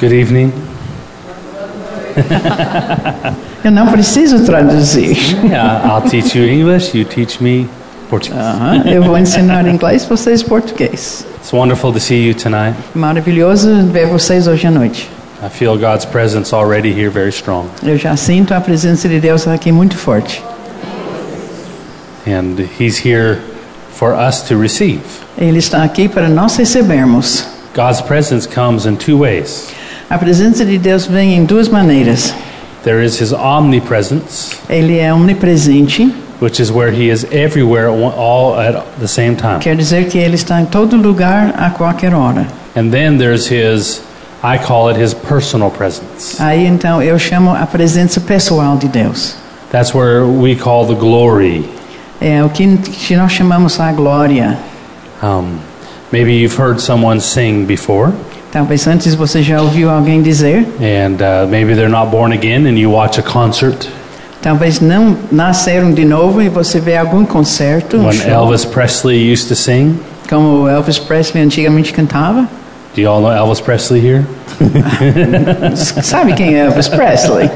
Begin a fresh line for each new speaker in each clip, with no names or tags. Good evening.
Eu não preciso traduzir.
Yeah, I'll teach you English, you teach me Portuguese.
Aham, ah? Eu vou ensinar inglês, vocês português.
It's wonderful to see you tonight.
Maravilhoso ver vocês hoje à noite.
I feel God's presence already here very strong.
Eu já sinto a presença de Deus aqui muito forte.
And He's here for us to receive.
Ele está aqui para nós recebermos.
God's presence comes in two ways
A presença de Deus vem em duas maneiras.
there is His omnipresence,
Ele é omnipresente,
which is where He is everywhere at one- all at the same time.
quer dizer que ele está em todo lugar a qualquer hora.
And then there's His, I call it His personal presence.
Aí então eu chamo a presença pessoal de Deus.
That's where we call the glory.
É o que que nós chamamos a glória.
Um, maybe you've heard someone sing before.
Talvez antes você já ouviu alguém dizer,
and uh, maybe they're not born again and you watch a concert
talvez não nasceram de novo e você vê algum concerto, um
when
show,
elvis presley used to sing
como o Elvis Presley antigamente cantava.
do you all know elvis presley here
Sabe quem é Elvis Presley?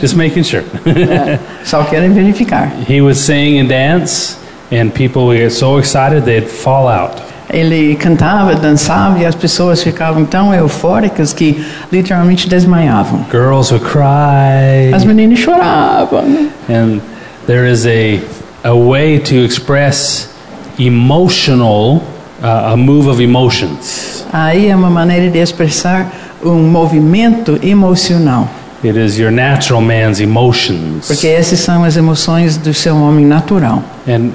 just making sure
Só querem verificar.
he would sing and dance and people would get so excited they'd fall out
Ele cantava, dançava e as pessoas ficavam tão eufóricas que literalmente desmaiavam.
girls would cry
As meninas choravam. né?
and there is a, a way to express emotional uh, a move of emotions
Aí é uma maneira de expressar um movimento emocional,
it is your natural man's emotions
porque essas são as emoções do seu homem natural.
and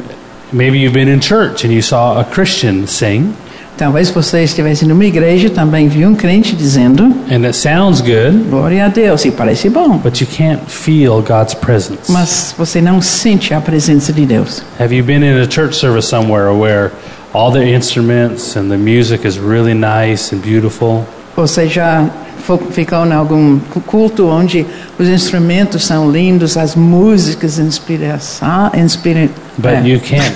maybe you've been in church and you saw a christian sing
Talvez você estivesse numa igreja e também viu um crente dizendo
And it sounds good,
glória a Deus e parece bom,
but you can't feel God's presence.
mas você não sente a presença de Deus.
Have you been in a church service somewhere where all the instruments and the music is really nice and beautiful?
Você já fo- ficou em algum cu- culto onde os instrumentos são lindos, as músicas inspiração, inspira,
But
é,
you can't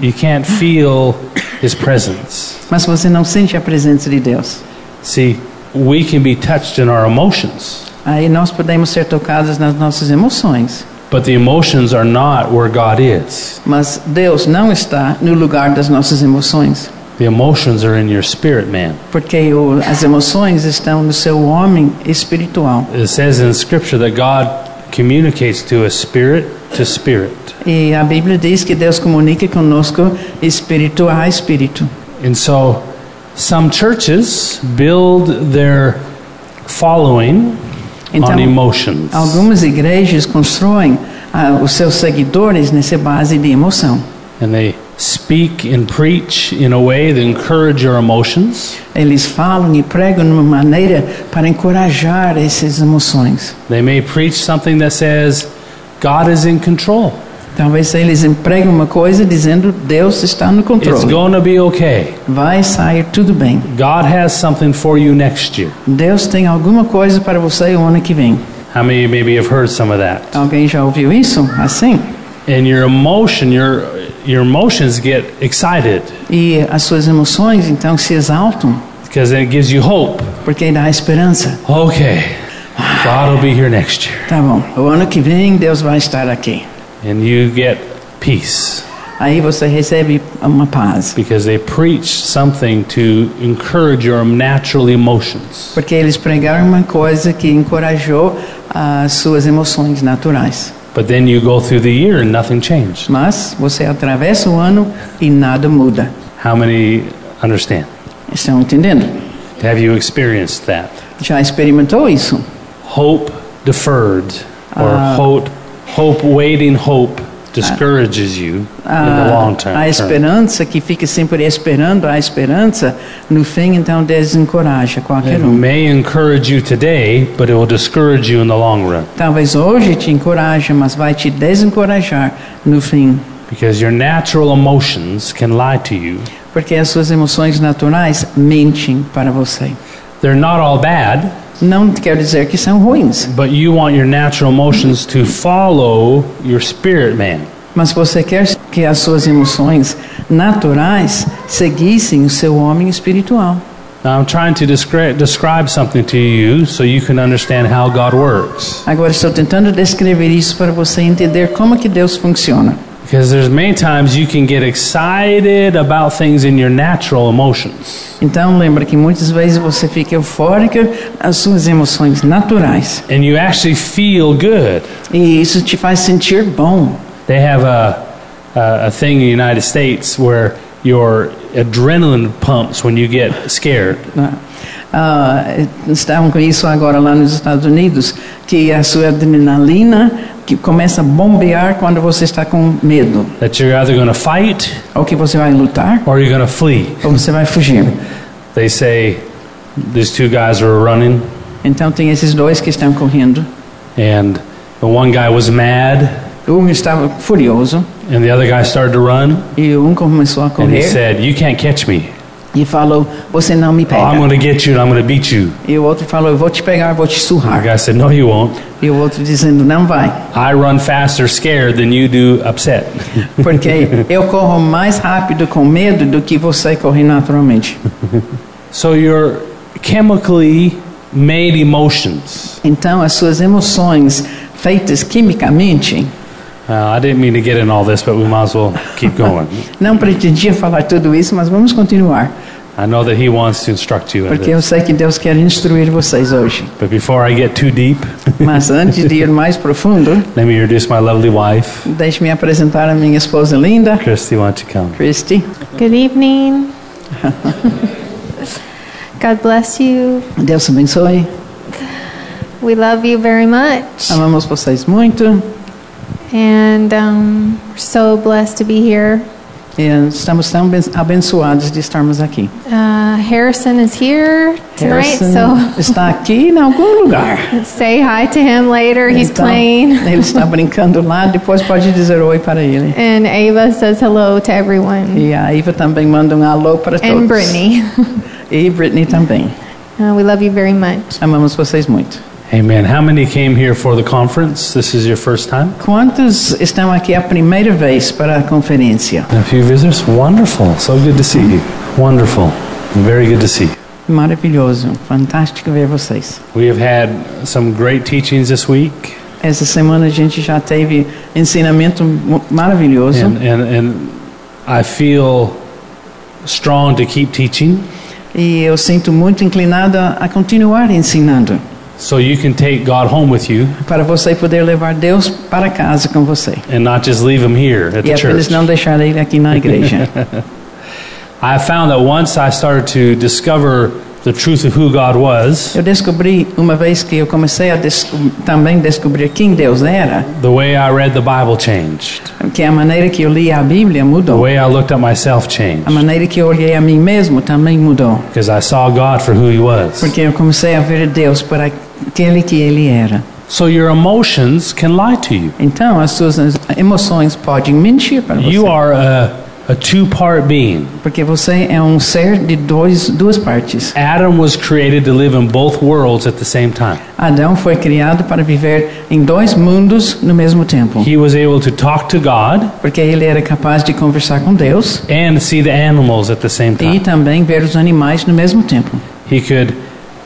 you can't feel his presence.
mas você não sente a presença de Deus.
See, we can be touched in our emotions,
Aí nós podemos ser tocados nas nossas emoções,
but the emotions are not where God is.
mas Deus não está no lugar das nossas emoções,
The emotions are in your spirit, man.
porque o, as emoções estão no seu homem espiritual.
It says in scripture that God communicates to us spirit to spirit.
E a Bíblia diz que Deus comunica conosco espírito a espírito.
And so some churches build their following on
Então,
emotions.
Algumas igrejas constroem ah, os seus seguidores nessa base de emoção.
And they speak and preach in a way that encourage your emotions.
Eles falam e pregam de uma maneira para encorajar essas emoções.
They may preach something that says, God is in control.
Talvez eles empregam uma coisa dizendo Deus está no
It's
controle.
going to be okay.
Vai sair tudo bem.
God has something for you next year.
Deus tem alguma coisa para você o ano que vem.
How many maybe have heard some of that?
Alguém já ouviu isso? Assim?
And your emotion, your your emotions get excited
E as suas emoções então se exaltam
because it gives you hope.
porque dá esperança.
Okay, God will be here next year.
Tá bom. O ano que vem Deus vai estar aqui.
and you get peace
Aí você recebe uma paz.
because they preach something to encourage your natural emotions.
Porque eles pregaram uma coisa que encorajou as suas emoções naturais.
But then you go through the year and nothing changed.
Mas você atravessa o ano e nada muda.
How many understand?
Estão entendendo?
Have you experienced that?
Já experimentou isso?
Hope deferred or
Ah.
hope hope waiting hope discourages you in the long term.
a
term.
esperança que fica sempre esperando a esperança, no fim então desencoraja qualquer
It
um.
may encourage you today, but it will discourage you in the long run
Talvez hoje te encoraje, mas vai te desencorajar no fim.
because your natural emotions can lie to you.
Porque as suas emoções naturais mentem para você.
They're not all bad.
Não quer dizer que são ruins.
But you want your natural emotions to follow your spirit man.
Mas você quer que as suas emoções naturais seguissem o seu homem espiritual.
Now, I'm trying to descri- describe something to you so you can understand how God works.
Agora estou tentando descrever isso para você entender como que Deus funciona.
Because there's many times you can get excited about things in your natural emotions.
Então lembra que muitas vezes você fica eufórica as suas emoções naturais
And you actually feel good.
e isso te faz sentir bom.
They have a, a, a thing in the United States where your adrenaline pumps when you get scared.
né? Ah, estavam com isso agora lá nos Estados Unidos que a sua adrenalina que começa a bombear quando você está com medo
That you're either going to fight
ou que você vai lutar
or you're going to flee.
ou você vai fugir.
They say these two guys were running,
Então tem esses dois que estão correndo.
and the one guy was mad,
Um estava furioso
and the other guy started to run,
e um começou a
and he
correr
said, "You can't catch me.
e falou: "Você não me
Oh, I'm
pega".
going to get you, and I'm going to beat you."
E o outro falou: "Eu vou te pegar, vou te
The
surrar".
guy said, "No, you won't.
E o outro dizendo: "Não vai,
I run faster scared than you do upset."
porque eu corro mais rápido com medo do que você corre naturalmente".
So your chemically made emotions.
Então, as suas emoções feitas quimicamente,
Uh, I didn't mean to get in all this, but we might as well keep going.
não pretendia falar tudo isso, mas vamos continuar,
I know that he wants to instruct you in
porque
this.
eu sei que Deus quer instruir vocês hoje.
But before I get too deep,
Mas antes de ir mais profundo,
let me introduce my lovely wife.
deixe-me apresentar a minha esposa linda,
Christy, why don't you come?
Christy.
Good evening. God bless you.
Deus abençoe.
We love you very much.
Amamos vocês muito
And um, we're so blessed to be here.
e estamos tão ben- abençoados de estarmos aqui.
Uh, Harrison is here tonight,
Harrison está aqui em algum lugar.
so say hi to him later. He's
Então,
playing.
Ele está brincando lá, depois pode dizer oi para ele.
And Ava says hello to everyone.
E a Iva também manda um alô para todos.
And Brittany.
E Britney também.
Uh, we love you very much.
Amamos vocês muito.
Amen. How many came here for the conference? This is your first time?
Quantos estão aqui a primeira vez para a conferência?
A few visitors? Wonderful. So good to see you. Wonderful. Very good to see you.
Maravilhoso, fantástico ver vocês.
We have had some great teachings this week,
Essa semana a gente já teve ensinamento mu- maravilhoso
and, and, and I feel strong to keep teaching.
e eu sinto muito inclinada a continuar ensinando
So you can take God home with you
para você poder levar Deus para casa com você
and not just leave him here at
e
the
apenas
church.
não deixar ele aqui na igreja.
I found that once I started to discover the truth of who God was,
Eu descobri uma vez que eu comecei a desco- também descobrir quem Deus era,
the way I read the Bible changed.
que a maneira que eu li a Bíblia
The
mudou,
way I looked at myself
a
changed
maneira que eu olhei a mim mesmo também mudou.
because I saw God for who he was.
Porque eu comecei a ver Deus por aquele que ele era.
So your emotions can lie to you.
Então, as suas emoções podem mentir para
You
você.
are a, a two part being.
Porque você é um ser de dois, duas partes.
Adam was created to live in both worlds at the same time.
Adão foi criado para viver em dois mundos no mesmo tempo.
He was able to talk to God
Porque ele era capaz de conversar com Deus
and see the animals at the same time.
e também ver os animais no mesmo tempo.
He could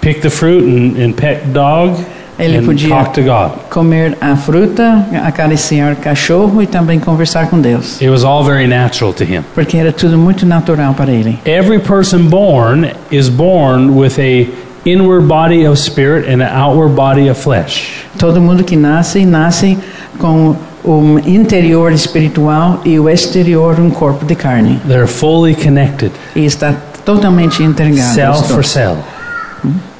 pick the fruit and, and pet the dog
Ele
and
podia-
talk to God.
Comer a fruta, acariciar o cachorro e também conversar com Deus.
It was all very natural to him.
Porque era tudo muito natural para ele.
Every person born is born with a inward body of spirit and an outward body of flesh.
Todo mundo que nasce, nasce com o interior espiritual e o exterior um corpo de carne.
They're fully connected,
E está totalmente interligado.
cell
os
for
dois.
cell.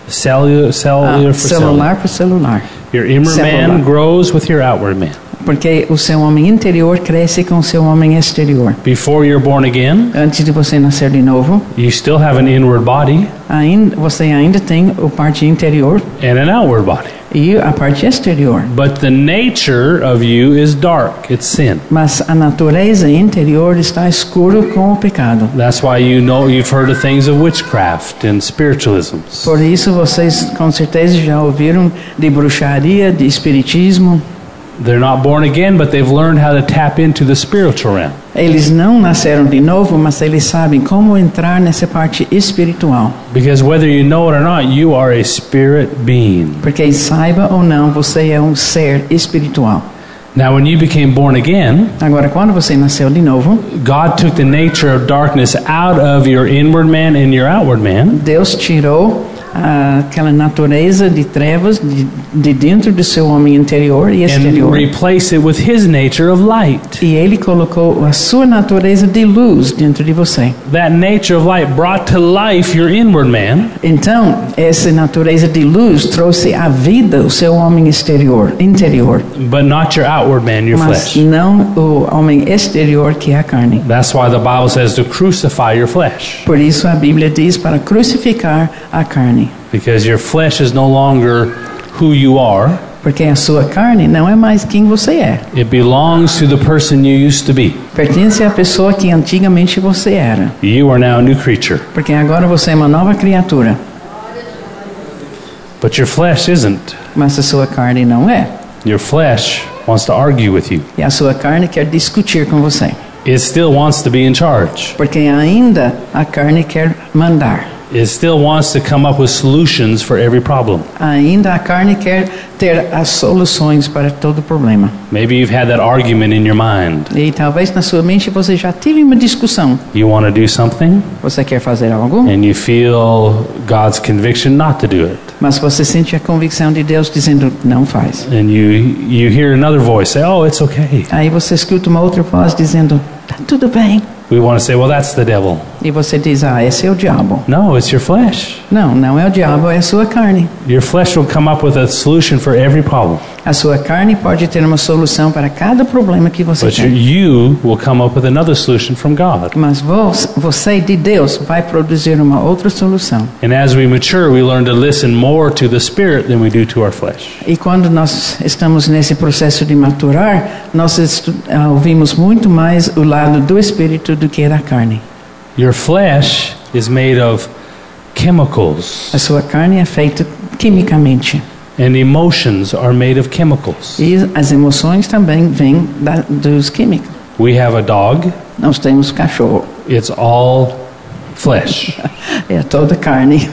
Cellular, cellular
Ah,
for cellular.
celular por celular.
Your inner
Cellular.
man grows with your outward man.
Porque o seu homem interior cresce com o seu homem exterior.
Before you're born again,
Antes de você nascer de novo,
you still have an inward body
ainda, você ainda tem a parte interior
and an outward body.
e a parte exterior.
But the nature of you is dark, it's sin.
Mas a natureza interior está escuro com o pecado.
That's why you know you've heard of things of witchcraft and spiritualisms.
Por isso vocês com certeza já ouviram de bruxaria, de espiritismo.
They're not born again, but they've learned how to tap into the spiritual realm.
Eles não nasceram de novo, mas eles sabem como entrar nessa parte espiritual.
Because whether you know it or not, you are a spirit being.
Porque saiba ou não, você é um ser espiritual.
Now, when you became born again,
Agora, quando você nasceu de novo,
God took the nature of darkness out of your inward man and your outward man,
Deus tirou ah, aquela natureza de trevas de, de dentro do seu homem interior e
and
exterior.
replace it with His nature of light.
E ele colocou a sua natureza de luz dentro de você.
That nature of light brought to life your inward man,
Então, essa natureza de luz trouxe à vida o seu homem exterior, interior,
but not your outward man, your
mas
flesh.
não o homem exterior que é a carne.
That's why the Bible says to crucify your flesh,
Por isso a Bíblia diz para crucificar a carne,
because your flesh is no longer who you are.
porque a sua carne não é mais quem você é.
It belongs to the person you used to be.
Pertence à pessoa que antigamente você era,
You are now a new creature,
porque agora você é uma nova criatura,
but your flesh isn't.
mas a sua carne não é.
Your flesh wants to argue with you.
E a sua carne quer discutir com você,
It still wants to be in charge.
porque ainda a carne quer mandar.
It still wants to come up with solutions for every problem.
Ainda a carne quer ter as soluções para todo problema.
Maybe you've had that argument in your mind.
E talvez na sua mente você já teve uma discussão.
You want to do something,
Você quer fazer algo,
and you feel God's conviction not to do it.
mas você sente a convicção de Deus dizendo não faz.
And you, you hear another voice say, Oh, it's okay.
Aí você escuta uma outra voz dizendo tá tudo bem.
We want to say, Well, that's the devil.
E você diz ah esse é o diabo.
No, it's your flesh.
Não, não é o diabo, é a sua carne.
Your flesh will come up with a solution for every problem.
A sua carne pode ter uma solução para cada problema que você
But you,
tem.
you will come up with another solution from God.
Mas vos- você de Deus vai produzir uma outra solução.
And as we mature, we learn to listen more to the Spirit than we do to our flesh.
E quando nós estamos nesse processo de maturar, nós estu- ah, ouvimos muito mais o lado do espírito do que da carne.
Your flesh is made of
A
chemicals,
sua carne é feita quimicamente.
and emotions are made of chemicals.
E as emoções também vêm da, dos químicos.
We have a dog,
Nós temos cachorro,
it's all flesh.
é toda carne.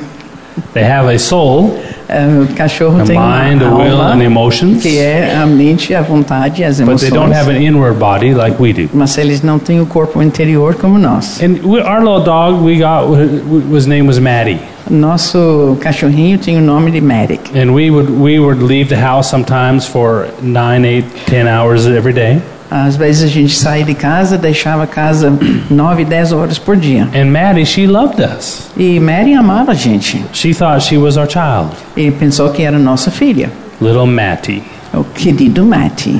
They have a soul,
É, O cachorro
a
tem
mind, a
uma
will, and
alma,
emotions,
que é a mente, a vontade, as
but they don't have
emoções.
an inward body like we do.
Mas eles não têm o corpo interior como nós.
And we, our little dog we got, w- his name was Maddie.
Nosso cachorrinho tem o nome de Merrick.
And we would we would leave the house sometimes for nine, eight, ten hours every day.
Às vezes a gente saía de casa, deixava a casa 9, 10 horas por dia.
And Maddie, she loved us.
E Mary amava a gente
She thought she was our child,
e pensou que era nossa filha,
little Matty.
o querido Matty.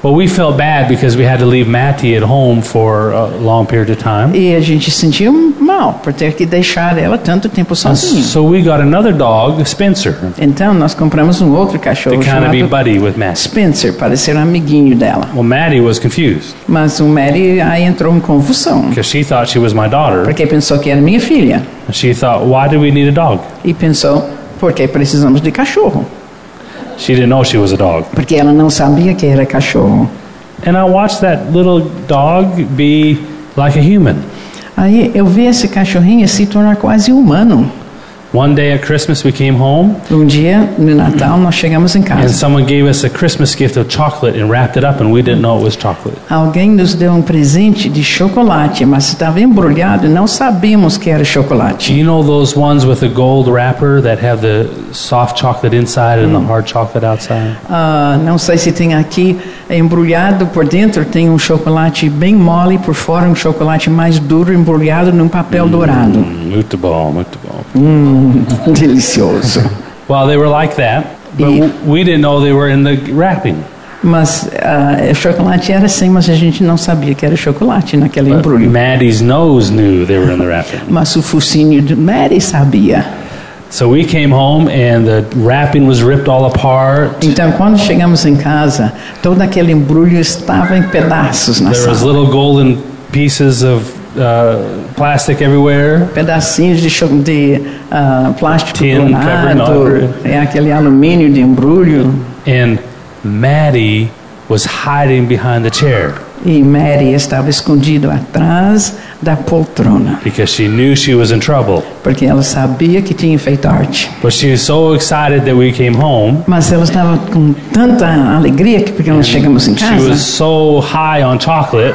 But we felt bad because we had to leave Matty at home for a long period of time.
E a gente sentiu mal por ter que deixar ela tanto tempo
And
sozinha.
so we got another dog, Spencer,
Então nós compramos um outro
to
cachorro
kind of be
chamado
buddy with Matty.
Spencer para ser amiguinho dela.
Well, Maddie was confused
Mas o Mary aí entrou em confusão,
because she thought she was my daughter.
porque pensou que era minha filha
And she thought, why do we need a dog?
e pensou porque precisamos de cachorro,
She didn't know she was a dog.
porque ela não sabia que era cachorro.
And I watched that little dog be like a human.
Aí eu vi esse cachorrinho se tornar quase humano.
One day at Christmas, we came home
Um dia, no Natal, nós chegamos em
and
casa.
someone gave us a Christmas gift of chocolate and wrapped it up, and we didn't know it was chocolate.
Alguém nos deu um presente de chocolate, mas estava embrulhado e não sabíamos que era
Do
chocolate.
you know those ones with the gold wrapper that have the soft chocolate inside and the hard chocolate outside?
Ah, não sei se tem aqui, é embrulhado por dentro, tem um chocolate bem mole, por fora um chocolate mais duro, embrulhado num papel dourado.
Mm, muito bom, muito bom.
Delicioso.
Well, they were like that, but
Yeah.
w- we didn't know they were in the wrapping.
Mas ah, o chocolate era assim, mas a gente não sabia que era chocolate naquele
But
embrulho.
Maddie's nose knew they were in the wrapping.
Mas o focinho de Mary sabia.
So we came home, and the wrapping was ripped all apart.
Então, quando chegamos em casa, todo aquele embrulho estava em pedaços na
There was
sala.
little golden pieces of uh, plastic everywhere.
Pedacinhos de, cho- de ah, plástico
Tin, covering
dourado,
ivory.
é aquele alumínio de embrulho.
And Maddie was hiding behind the chair
E Mary estava escondida atrás da poltrona,
because she knew she was in trouble.
porque ela sabia que tinha feito arte.
But she was so excited that we came home.
Mas ela estava com tanta alegria que porque nós chegamos em
She
casa
was so high on chocolate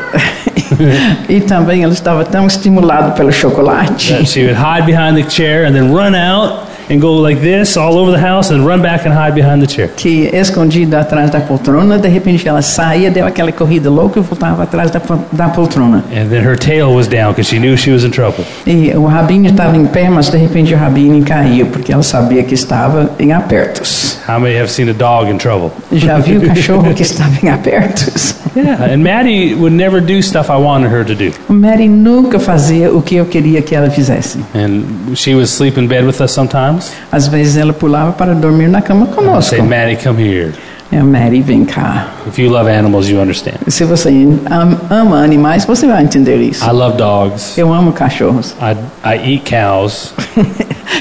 e também ela estava tão estimulada pelo chocolate.
that she would hide behind the chair and then run out and go like this all over the house and run back and hide behind the chair.
que escondida atrás da poltrona, de repente ela saía, deu aquela corrida louca e voltava atrás da, pol- da poltrona.
And then her tail was down because she knew she was in trouble.
E o rabinho estava em pé, mas de repente o rabinho caiu, porque ela sabia que estava em apertos.
How many have seen a dog in trouble?
Já viu o cachorro que estava em apertos?
Yeah, and Maddie would never do stuff I wanted her to do.
O Mary nunca fazia o que eu queria que ela fizesse.
And she would sleep in bed with us sometimes.
Às vezes ela pulava para dormir na cama
I'd
conosco.
say, Maddie, come here.
É, Mary, vem cá.
If you love animals, you understand.
Se você am- ama animais, você vai entender isso.
I love dogs.
Eu amo cachorros.
I, I eat cows,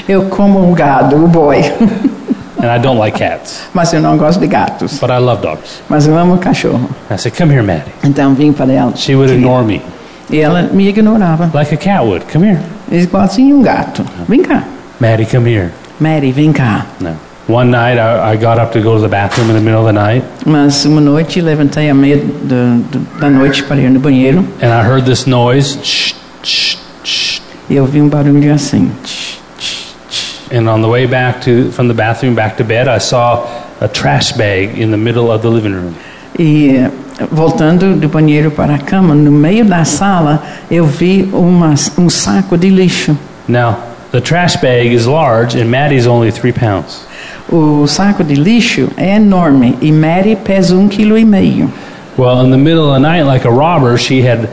Eu como o gado, o boi,
and I don't like cats,
mas eu não gosto de gatos.
but I love dogs.
Mas eu amo cachorro.
I said, come here, Maddie.
Então vim para ela.
She would ignore me
E ela me ignorava.
like a cat would. Come here.
Igualzinho um gato. Vem cá.
Maddie, come here.
Mary, vem cá.
No. One night, I, I got up to go to the bathroom in the middle of the night,
Mas uma noite levantei a meia do- do- da noite para ir no banheiro
and I heard this noise. Shh, shh, shh.
e eu vi um barulho assim.
And on the way back to, from the bathroom back to bed, I saw a trash bag in the middle of the living room.
E eh, voltando do banheiro para a cama, no meio da sala, eu vi uma, um saco de lixo.
Now, the trash bag is large, and Maddie's only three pounds.
O saco de lixo é enorme e Mary pesa um quilo e meio.
Well, in the middle of the night, like a robber, she had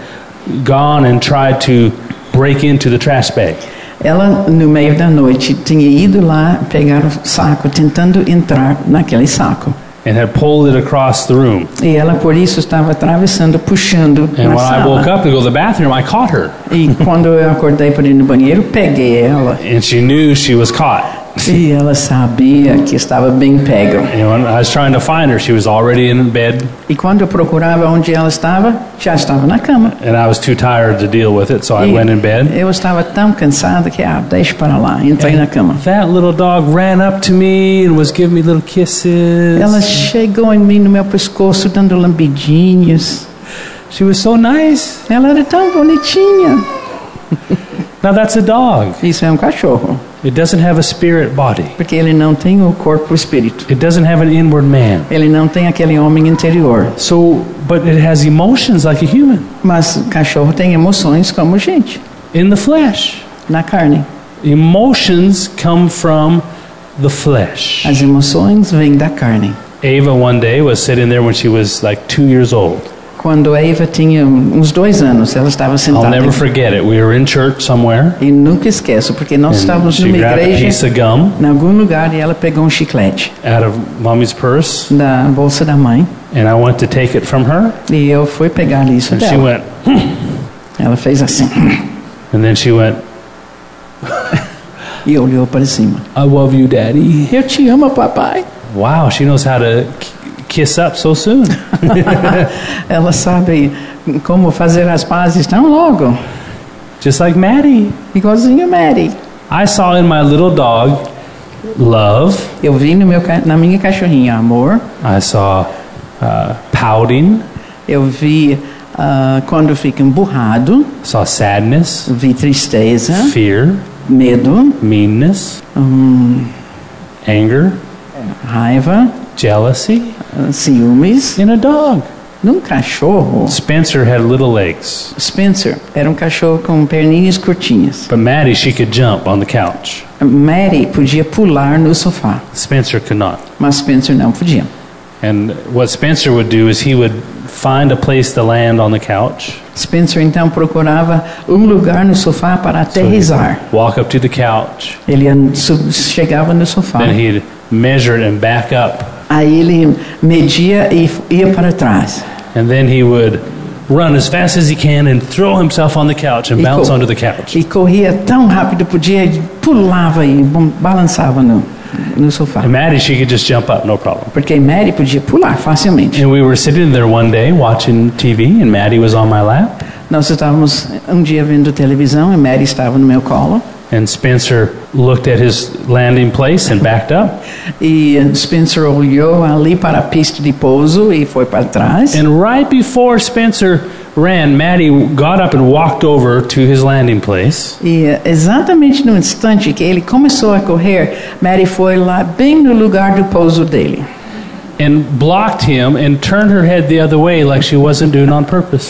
gone and tried to break into the trash bag.
Ela, no meio da noite, tinha ido lá pegar o saco, tentando entrar naquele saco.
and had pulled it across the room.
E ela, por isso, estava atravessando, puxando
And
na
when I woke
sala.
up to go to the bathroom, I caught her.
E quando eu acordei para ir no banheiro, peguei ela.
And she knew she was caught.
E ela sabia que estava bem pega.
And when I was trying to find her, she was already in bed,
E quando eu procurava onde ela estava, já estava na cama.
and I was too tired to deal with it, so I
E
went in bed.
eu estava tão cansada que, ah, deixa para lá.
É.
Entrei na cama.
That little dog ran up to me and was giving me little kisses.
Ela chegou em mim, no meu pescoço, dando lambidinhos.
She was so nice.
Ela era tão bonitinha.
Now that's a dog.
Isso é um cachorro.
It doesn't have a spirit body.
Porque ele não tem o corpo o espírito.
It doesn't have an inward man.
Ele não tem aquele homem interior.
So, but it has emotions like a human
Mas o cachorro tem emoções como gente,
in the flesh.
na carne.
Emotions come from the flesh.
As emoções vêm da carne.
Ava one day was sitting there when she was like two years old.
Quando Eva tinha uns dois anos, ela estava
I'll
sentada.
never forget it. We were in church somewhere,
E nunca esqueço, porque nós
and
estávamos
she
numa
grabbed a piece
igreja,
of gum
em algum lugar, e ela pegou um chiclete
out of mommy's purse,
da bolsa da mãe.
and I went to take it from her,
E eu fui pegar isso
and she
dela.
went,
Ela fez assim
and then she went,
e olhou para cima.
"I love you, daddy."
Eu te amo, papai.
Wow, she knows how to k- kiss up so soon.
Ela sabe como fazer as pazes tão logo.
Just like Maddie,
Igualzinho Mary.
I saw in my little dog love.
Eu vi no meu, ca- na minha cachorrinha amor.
I saw uh, pouting.
Eu vi ah, quando fica emburrado,
Saw sadness,
vi tristeza,
fear,
medo,
meanness,
hum,
anger,
raiva,
jealousy
ah, ciúmes.
in a dog.
Num cachorro,
Spencer had little legs,
Spencer era um cachorro com perninhas curtinhas.
but Maddie, she could jump on the couch.
Mary podia pular no sofá,
Spencer could not.
mas Spencer não podia.
And what Spencer would do is he would find a place to land on the couch,
Spencer então procurava um lugar no sofá para aterrizar.
walk up to the couch,
Ele an- su- chegava no sofá.
then he'd measure it and back up,
Aí ele media e f- ia para trás.
and then he would run as fast as he can and throw himself on the couch and
He
bounce
cool.
onto the couch.
E corria tão rápido podia, e pulava e bom- balançava no. no sofá.
And Maddie, she could just jump up, no problem.
Porque Mary podia pular facilmente.
And we were sitting there one day watching TV, and Maddie was on my lap,
Nós estávamos um dia vendo televisão e Mary estava no meu colo.
and Spencer looked at his landing place and backed up.
E Spencer olhou ali para a pista de pouso e foi para trás.
And right before Spencer ran, Maddie got up and walked over to his landing place.
E eh, exatamente no instante que ele começou a correr, Mary foi lá bem no lugar do pouso dele.
And blocked him and turned her head the other way like she wasn't doing on purpose.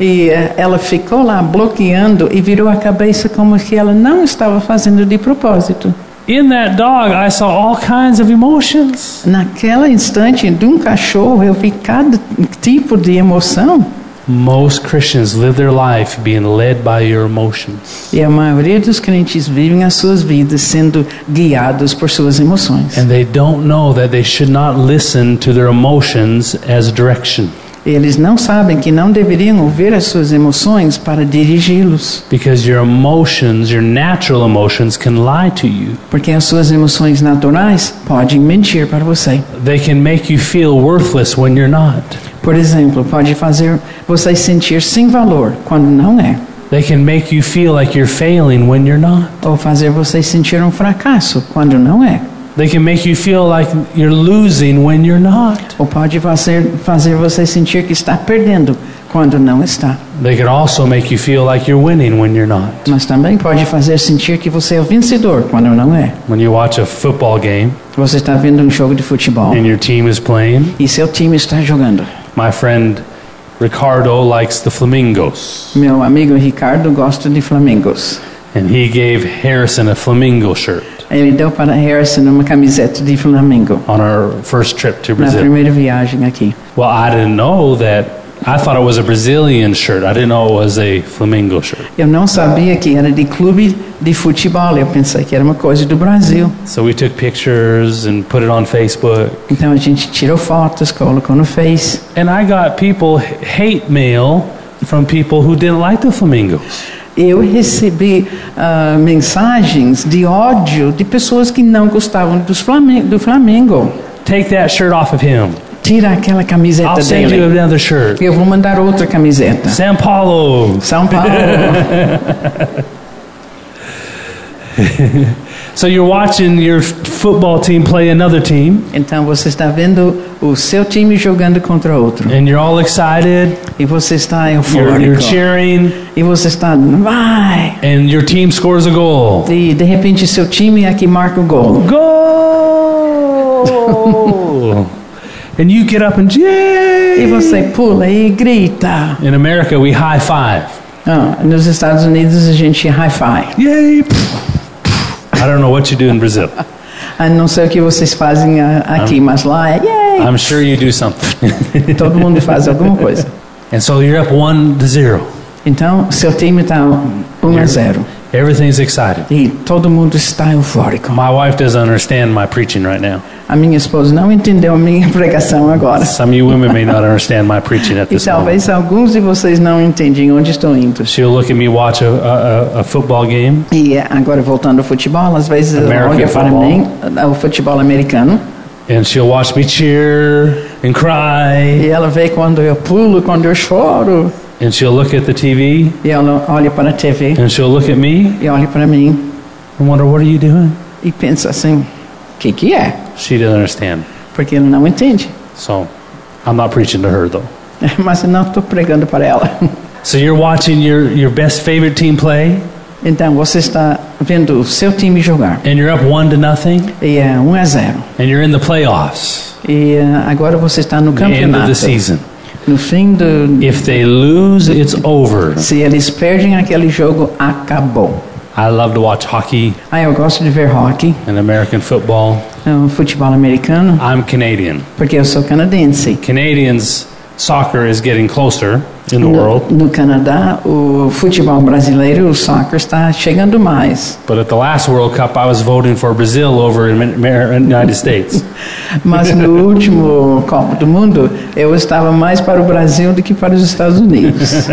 E eh, ela ficou lá bloqueando e virou a cabeça como que ela não estava fazendo de propósito.
In that dog, I saw all kinds of emotions.
Naquela instante, de um cachorro, eu vi cada tipo de emoção.
Most Christians live their life being led by your emotions.
E a maioria dos crentes vivem as suas vidas sendo guiados por suas emoções.
And they don't know that they should not listen to their emotions as direction.
Eles não sabem que não deveriam ouvir as suas emoções para dirigi-los,
Because your emotions, your natural emotions, can lie to you.
porque as suas emoções naturais podem mentir para você.
They can make you feel worthless when you're not.
Por exemplo, pode fazer você sentir sem valor quando não é,
They can make you feel like you're failing when you're not.
ou fazer você sentir um fracasso quando não é,
They can make you feel like you're losing when you're not.
ou pode fazer, fazer você sentir que está perdendo quando não está,
They can also make you feel like you're winning when you're not.
mas também pode fazer sentir que você é o vencedor quando não é.
When you watch a football game
Você está vendo um jogo de futebol
and your team is playing,
e seu time está jogando.
my friend Ricardo likes the Flamingos.
Meu amigo Ricardo gosta de flamengos.
And he gave Harrison a flamingo shirt
Ele deu para Harrison uma camiseta de Flamengo
on our first trip to
na
Brazil.
primeira viagem aqui.
Well, I didn't know that. I thought it was a Brazilian shirt. I didn't know it was a flamingo shirt.
Eu não sabia que era de clube de futebol, eu pensei que era uma coisa do Brasil.
So we took pictures and put it on Facebook.
Então a gente tirou fotos, colocou no Face.
And I got people h- hate mail from people who didn't like the flamingos.
Eu recebi ah, mensagens de ódio de pessoas que não gostavam dos Flamengo, do Flamengo.
Take that shirt off of him.
Tira aquela camiseta
I'll send you
dele.
another shirt.
Eu vou mandar outra camiseta.
San Paulo.
São Paulo.
So you're watching your f- football team play another team,
então você está vendo o seu time jogando contra outro.
and you're all excited.
E você está
You're, you're
eufórico.
cheering.
E você está, vai!
and your team scores a goal.
E de repente seu time é que marca o gol.
Goal! and you get up and
E
yay!
você pula e grita.
In America, we high five.
Ah, nos Estados Unidos a gente é hi-fi.
Yay! I don't know what you do in Brazil.
Ah, não sei o que vocês fazem ah, aqui, mas lá é yay!
I'm sure you do something.
Todo mundo faz alguma coisa.
and so you're up one to zero.
Então seu time está 1 a 0.
Everything's excited.
E todo mundo está eufórico.
My wife doesn't understand my preaching right now.
A minha esposa não entendeu a minha pregação agora.
Some of you women may not understand my preaching at
E
this moment.
talvez alguns de vocês não entendem onde estou indo.
She'll look at me watch a, a, a- a football game,
E eh, agora voltando ao futebol, às vezes ela
American
olha para
football.
mim, eh, o futebol americano,
and she'll watch me cheer and cry.
e ela vê quando eu pulo, quando eu choro,
And she'll look at the TV
e ela olha para a TV
and she'll look at me
e olha para mim
and wonder, What are you doing?
e pensa assim, o que que é?
She didn't understand.
Porque ela não entende,
So I'm not preaching to her though.
mas eu não estou pregando para ela.
So you're watching your, your best favorite team play
Então você está vendo o seu time jogar,
and you're up one to nothing
e é 1 a 0.
and you're in the playoffs.
E eh, agora você está no
The end of
campeonato,
the season.
no fim do...
If they lose, it's over.
Se eles perdem aquele jogo, acabou.
I love to watch hockey
Ah, eu gosto de ver hockey,
and American football.
eh, futebol americano.
I'm Canadian.
Porque eu sou canadense.
Canadians soccer is getting closer in the
No,
world,
no Canadá, o futebol brasileiro, o soccer, está chegando mais.
but at the last World Cup, I was voting for Brazil over in Amer- United States.
Mas no último Copa do Mundo, eu estava mais para o Brasil do que para os Estados Unidos.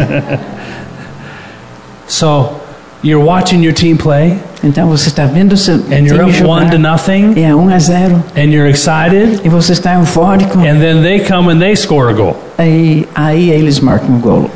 So you're watching your team play
Então você está vendo o seu
and you're
time
up one
jogar,
to nothing
é 1 a 0
and you're excited
e você está eufórico
and then they come and they score a goal.
e aí eles marcam o gol.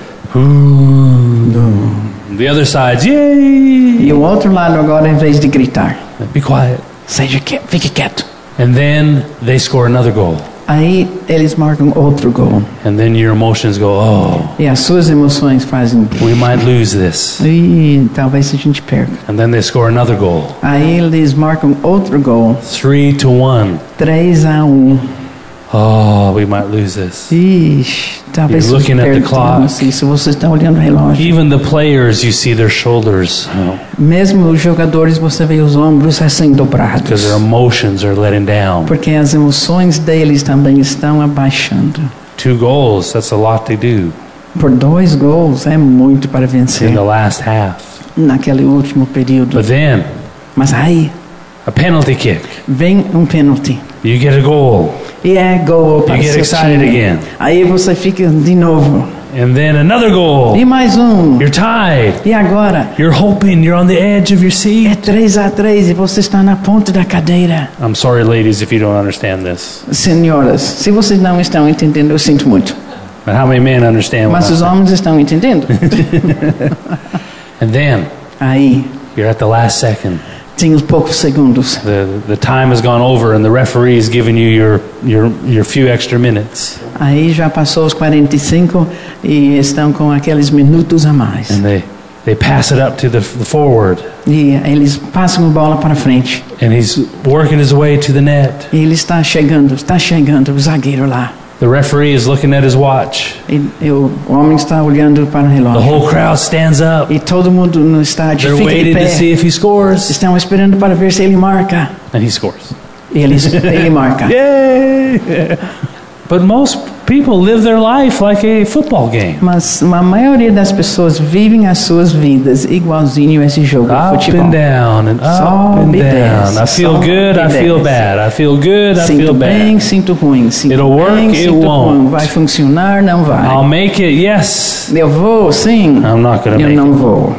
The other side's yay.
E o outro lado agora em vez de gritar,
Be quiet.
seja quieto, fique quieto.
And then they score another goal.
Aí eles marcam outro gol
And then your emotions go, "Oh,
e as suas emoções fazem
we might lose this."
e talvez a gente perca.
And then they score another goal.
Aí eles marcam outro gol,
3 to 1.
3 a 1.
Oh, we might lose this.
Ixi, talvez assim,
You're looking at the
perdamos
clock.
isso. Você está olhando o relógio.
Even the players, you see their shoulders because
Mesmo os jogadores, você vê os ombros assim dobrados.
their emotions are letting down.
Porque as emoções deles também estão abaixando.
Two goals, that's a lot to do
Por dois gols é muito para vencer
in the last half.
naquele último período.
But then,
Mas aí
a penalty kick.
vem um pênalti.
You get a goal.
E é gol para
You
o
get
seu
excited
time.
again.
Aí você fica de novo.
And then another goal.
E mais um.
You're tied.
E agora?
You're hoping you're on the edge of your
É
seat.
3 a 3 e você está na ponta da cadeira.
I'm sorry, ladies, if you don't understand this.
Senhoras, se vocês não estão entendendo, eu sinto muito.
But how many men understand what
Mas
I'm
os
saying?
homens estão entendendo.
And then
Aí,
you're at the last second.
tem uns poucos segundos.
The, the time has gone over, and the referee's giving you your, your, your few extra minutes.
Aí já passou os 45 e estão com aqueles minutos a mais.
And they, they pass it up to the, the forward.
E eles passam a bola para frente.
And he's working his way to the net.
E ele está chegando, está chegando o zagueiro lá.
The referee is looking at his watch.
E, e o homem está olhando para o
The
relógio.
whole crowd stands up.
E todo mundo no estádio
They're
fica de
waiting to
pé.
see if he scores.
Estão esperando para ver se ele marca.
And he scores.
E ele, ele marca.
Yay! but most people live their life like a football game.
Mas a maioria das pessoas vivem as suas vidas igualzinho a esse jogo de
Up
futebol.
and down and up
Sobe
and
e
down.
desce,
I feel
sobe
good,
e
I feel
desce.
bad. I feel good, I
Sinto
feel
bem,
bad.
sinto ruim. Sinto
It'll work,
bem,
it
sinto ruim.
won't.
Vai funcionar, não vai.
I'll make it, yes.
Eu vou, sim.
I'm not going to
Eu
make
não
it.
vou.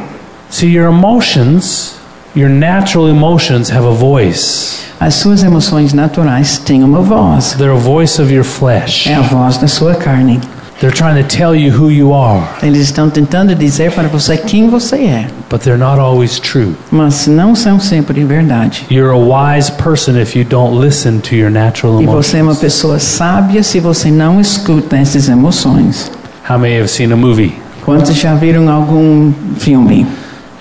See, your emotions, your natural emotions have a voice.
As suas emoções naturais têm uma voz.
They're a voice of your flesh.
É a voz da sua carne.
They're trying to tell you who you are,
Eles estão tentando dizer para você quem você é,
but they're not always true.
mas não são sempre verdade.
You're a wise person if you don't listen to your natural
E você é uma
emotions.
pessoa sábia se você não escuta essas emoções.
How many have seen a movie?
Quantos já viram algum filme?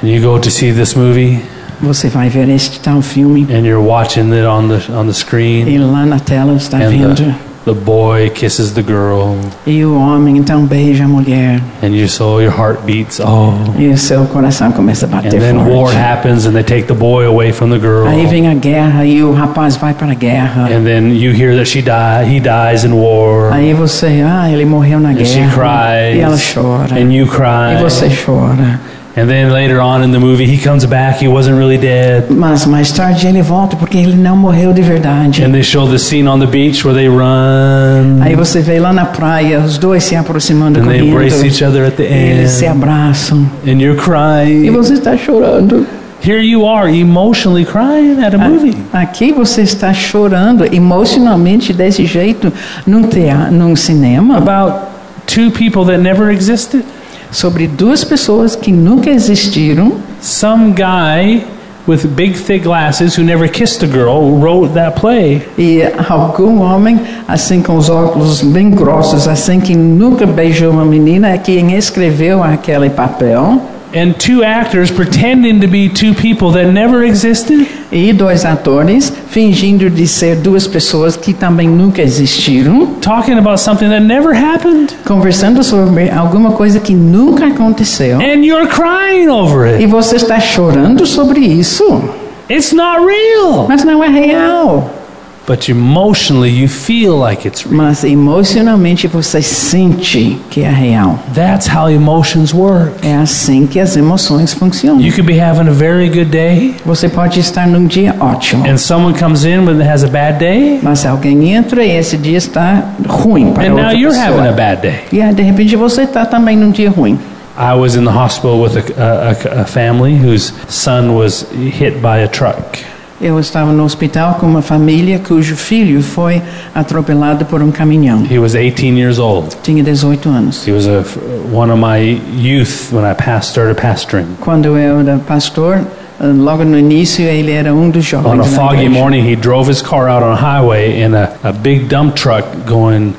And you go to see this movie,
Você vai ver este tal filme
and you're watching it on the on the
e
screen,
lá na tela está
And uh,
vendo.
the boy kisses the girl,
E o homem então beija a mulher
and you so your heart beats. Oh,
e o seu coração começa a
and
bater
then war
forte.
happens, and they take the boy away from the girl,
Aí vem a guerra e o rapaz vai para a guerra.
and then you hear that she die, he dies in war,
Aí você, ah, ele morreu na
and she
guerra.
cries,
E ela chora.
and you
E
cry,
você chora.
and then later on in the movie, he comes back. He wasn't really dead.
Mas mais tarde ele volta porque ele não morreu de verdade.
And they show the scene on the beach where they run
Aí você vê lá na praia os dois se aproximando
and they embrace
correndo.
each other at the
Eles se
end.
abraçam.
And you're crying.
E você está chorando.
Here you are, emotionally crying at a movie.
Aqui você está chorando emocionalmente desse jeito num, tea- num cinema
About two people that never existed.
sobre duas pessoas que nunca existiram.
Some guy with big, thick glasses who never kissed a girl wrote that play.
E algum homem, assim com os óculos bem grossos, assim que nunca beijou uma menina, é quem escreveu aquele papel.
And two actors pretending to be two people that never existed.
E dois atores fingindo de ser duas pessoas que também nunca existiram,
Talking about something that never happened.
conversando sobre alguma coisa que nunca aconteceu.
And you're crying over
E
it.
você está chorando sobre isso,
It's not real.
mas não é real.
But emotionally, you feel like it's real.
Mas emocionalmente você sente que é real.
That's how emotions work.
É assim que as emoções funcionam.
You could be having a very good day,
Você pode estar num dia ótimo,
and someone comes in and has a bad day.
mas alguém entra e esse dia está ruim para
And now
outra
you're having a
pessoa.
bad day.
E aí, de repente você está também num dia ruim.
I was in the hospital with a, a- a- a family whose son was hit by a truck.
Eu estava no hospital com uma família cujo filho foi atropelado por um caminhão.
He was 18 years old.
Tinha 18 anos.
He was a, one of my youth when I passed, started pastoring.
Quando eu era pastor, eh, logo no início ele era um dos jovens.
On a
da
foggy
igreja.
morning, he drove his car out on a highway in a, a big dump truck going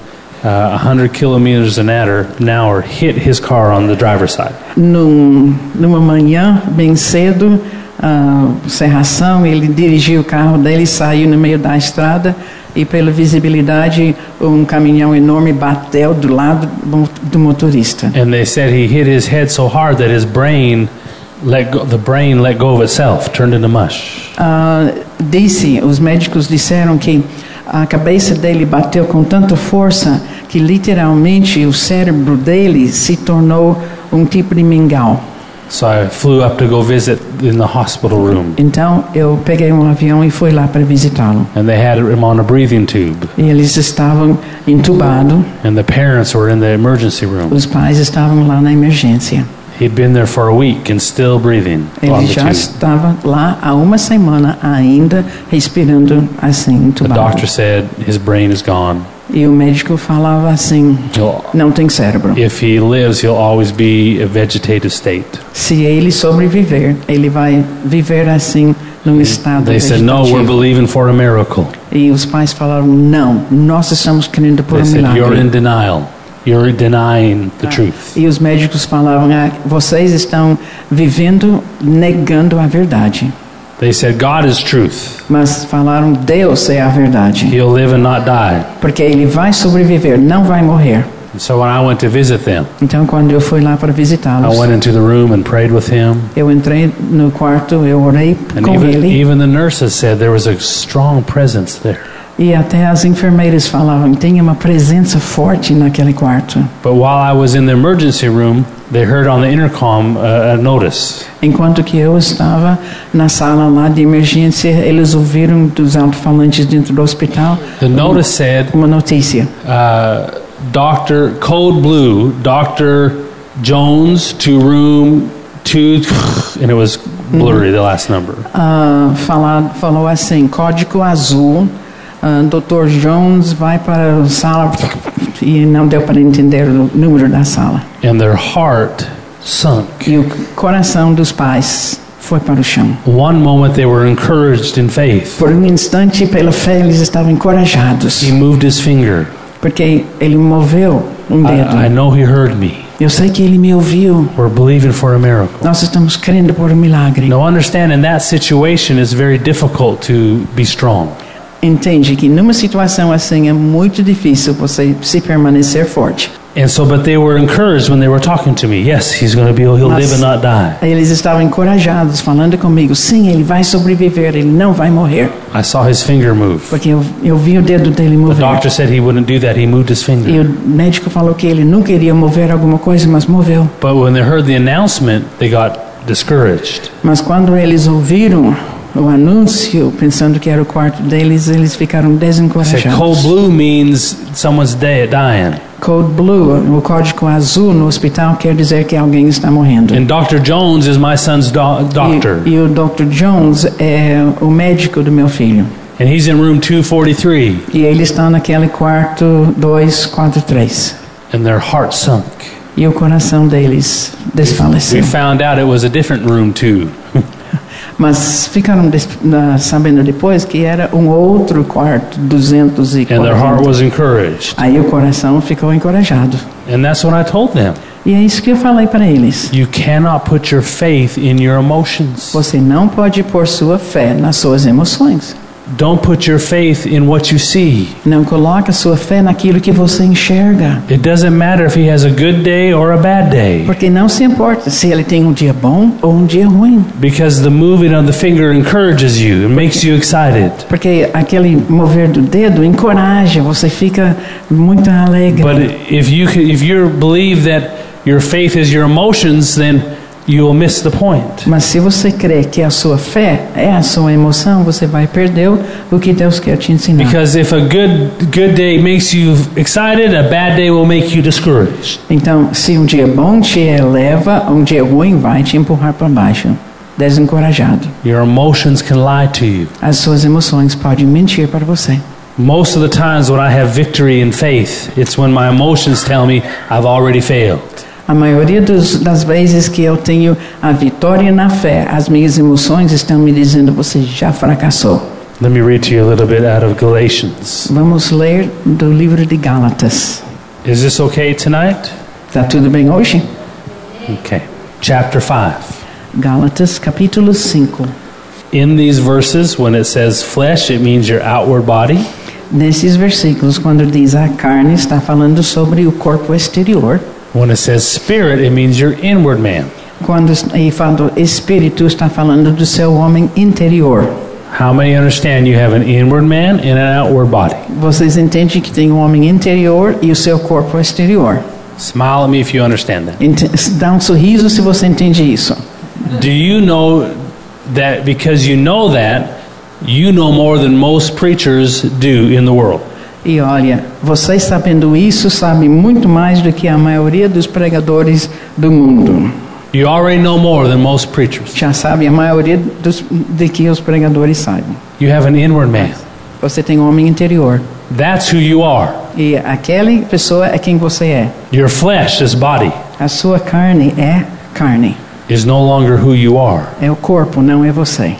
uh, 100 kilometers an hour, an hour hit his car on the driver's side.
Num, numa manhã, bem cedo, a serração, ele dirigiu o carro dele, saiu no meio da estrada e, pela visibilidade, um caminhão enorme bateu do lado do- do motorista.
And they said he hit his head so hard that his brain let go, the brain let go of itself, turned into mush.
Ah, disse, os médicos disseram que a cabeça dele bateu com tanta força que literalmente o cérebro dele se tornou um tipo de mingau.
So I flew up to go visit in the hospital room.
Então eu peguei um avião e fui lá para visitá-lo.
And they had him on a breathing tube.
E eles estavam entubados,
And the parents were in the emergency room.
os pais estavam lá na emergência.
He'd been there for a week and still breathing on
Ele
the
já
tube.
estava lá há uma semana ainda, respirando assim,
The
entubado.
doctor said his brain is gone.
E o médico falava assim:
He'll
não tem cérebro.
If he lives, he'll always be a vegetative state.
Se ele sobreviver, ele vai viver assim num estado
They said, No, we're
vegetativo."
believing for a miracle.
E os pais falaram: "Não, nós estamos querendo por
They
um
said, You're in
milagre".
denial. You're denying the truth.
E os médicos falavam: ah, "Vocês estão vivendo negando a verdade".
They said, God is truth.
Mas falaram: "Deus é a verdade,
He'll live and not die.
porque ele vai sobreviver, não vai morrer".
And so when I went to visit them,
Então, quando eu fui lá para
I
visitá-los,
went into the room and prayed with him.
eu entrei no quarto, eu orei
And
com
even,
ele
even the nurses said there was a strong presence there.
e até as enfermeiras falavam: "Tem uma presença forte naquele quarto".
But while I was in the emergency room, they heard on the intercom uh, a notice.
Enquanto que eu estava na sala lá de emergência, eles ouviram dos alto-falantes dentro do hospital
The notice said,
uma notícia.
uh, Dr. Code Blue, Dr. Jones to room two, and it was blurry, the last number.
Ah, falar, falou assim, código azul, ah, Dr. Jones vai para a sala e não deu para entender o número da sala.
And their heart sunk.
E o coração dos pais foi para o chão.
One moment they were encouraged in faith.
Por um instante, pela fé, eles estavam encorajados,
He moved his finger.
porque ele moveu
Ah,
um dedo.
I, I know he heard me.
Eu sei que ele me ouviu.
We're believing for a miracle.
Nós estamos crendo por um milagre.
Now understand in that situation it's very difficult to be strong.
entende que numa situação assim é muito difícil você se permanecer forte.
And so but they were encouraged when they were talking to me. Yes, he's going to be he'll live and not die.
Aí Eles estavam encorajados, falando comigo: sim, ele vai sobreviver, ele não vai morrer.
I saw his finger move.
Porque eu, eu vi o dedo
The
dele mover.
doctor said he wouldn't do that. He moved his
E
finger.
o médico falou que ele não queria mover alguma coisa, mas moveu.
But when they heard the announcement, they got discouraged.
Mas quando eles ouviram o anúncio, pensando que era o quarto deles, eles ficaram
I said, cold
desencorajados.
é blue means someone's dead, dying.
Code Blue, o código azul no hospital, quer dizer que alguém está morrendo.
And Dr. Jones is my son's do- doctor.
E, e o Dr. Jones é o médico do meu filho.
And he's in room 243.
E ele está naquele quarto 243.
And their heart sunk.
E o coração deles
We
desfaleceu.
found out it was a different room, too.
Mas ficaram des- na- sabendo depois que era um outro quarto
And their heart
240.
was encouraged.
Aí o coração ficou encorajado.
And that's what I told them.
E é isso que eu falei para eles.
You cannot put your faith in your emotions.
Você não pode pôr sua fé nas suas emoções.
Don't put your faith in what you see.
Não coloca sua fé naquilo que você enxerga.
It doesn't matter if he has a good day or a bad day.
Porque não se importa se ele tem um dia bom ou um dia ruim.
Because the moving of the finger encourages you, it makes you excited.
Porque aquele mover do dedo encoraja, você fica muito alegre.
But if you can, if you believe that your faith is your emotions, then you will miss the point.
Mas se você crê que a sua fé é a sua emoção, você vai perder o que Deus quer te ensinar.
Because if a good good day makes you excited, a bad day will make you discouraged.
Então, se um dia bom te eleva, um dia ruim vai te empurrar para baixo, desencorajado.
Your emotions can lie to you.
As suas emoções podem mentir para você.
Most of the times when I have victory in faith, it's when my emotions tell me I've already failed.
A maioria dos, das vezes que eu tenho a vitória na fé, as minhas emoções estão me dizendo: você já fracassou.
Let me read to you a little bit out of Galatians.
Vamos ler do livro de Gálatas.
Is this okay tonight?
Tá tudo bem hoje?
Okay. Chapter 5.
Gálatas, capítulo 5.
In these verses, when it says flesh, it means your outward body.
Nesses versículos, quando diz a carne, está falando sobre o corpo exterior.
When it says spirit, it means your inward man.
Quando es- e fala do espírito, está falando do seu homem interior.
How many understand you have an inward man and an outward body?
Vocês entendem que tem o homem interior e o seu corpo exterior.
Smile at me if you understand that.
Ente- Dá um sorriso se você entende isso.
Do you know that because you know that, you know more than most preachers do in the world?
E olha, vocês sabendo isso, sabem muito mais do que a maioria dos pregadores do mundo.
You already know more than most preachers.
Já sabe a maioria dos, de que os pregadores sabem.
You have an inward man.
Você tem um homem interior.
That's who you are.
E aquela pessoa é quem você é.
Your flesh, this body,
A sua carne é carne.
is no longer who you are.
É o corpo, não é você.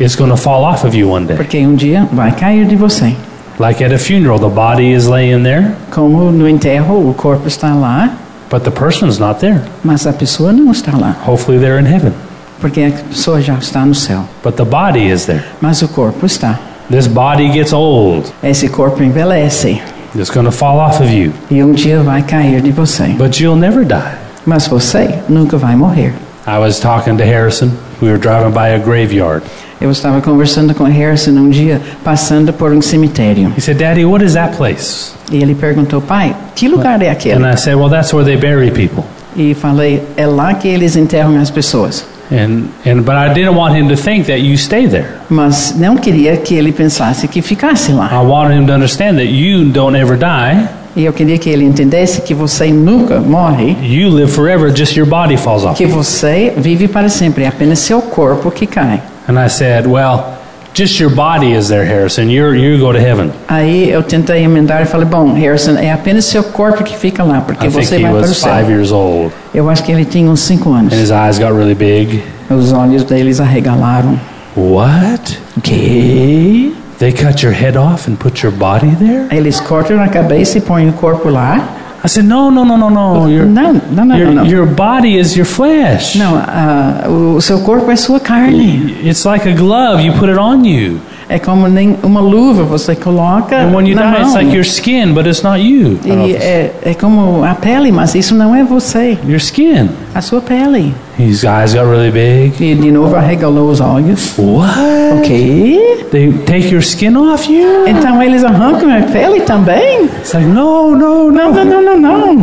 It's going to fall off of you one day.
Porque um dia vai cair de você.
Like at a funeral, the body is laying there,
Como no enterro, o corpo está lá,
but the person's not there.
mas a pessoa não está lá.
Hopefully, they're in heaven,
Porque a pessoa já está no céu.
but the body is there.
Mas o corpo está.
This body gets old.
Esse corpo envelhece.
It's going to fall off of you,
E um dia vai cair de você.
but you'll never die.
Mas você nunca vai morrer.
I was talking to Harrison. We were driving by a graveyard.
Eu estava conversando com Harrison um dia, passando por um cemitério.
He said, Daddy, what is that place?
E ele perguntou, pai, que lugar é aquele?
And I said, Well, that's where they bury people.
E falei, é lá que eles enterram as pessoas.
And, and but I didn't want him to think that you stay there.
Mas não queria que ele pensasse que ficasse lá.
I wanted him to understand that you don't ever die.
E eu queria que ele entendesse que você nunca morre,
You live forever, just your body falls off.
que você vive para sempre, é apenas seu corpo que cai.
And I said, Well, just your body is there, Harrison. You're, you go to heaven.
Aí eu tentei emendar e falei, bom, Harrison, é apenas seu corpo que fica lá, porque
I think
você
he
vai para o
was five
céu.
years old.
Eu acho que ele tinha uns cinco anos.
And his eyes got really big.
Os olhos deles arregalaram.
What?
Que?
They cut your head off and put your body there?
Eles cortam a cabeça e põem o corpo lá.
I said, No, no, no, no, no. Oh, You're,
Não, não, não,
Your,
não. não.
your body is your flesh.
Não, ah, o seu corpo é sua carne.
It's like a glove, you put it on you.
É como nem uma luva você coloca
And when you
na
die, it's
mão.
like your skin, but it's not you.
E é, é como a pele, mas isso não é você,
Your skin.
a sua pele.
His eyes got really big.
E de novo arregalou os olhos.
What?
Ok.
They take your skin off you?
Então eles arrancam a pele também?
It's like, no, no,
Não,
no.
não, não, não, não.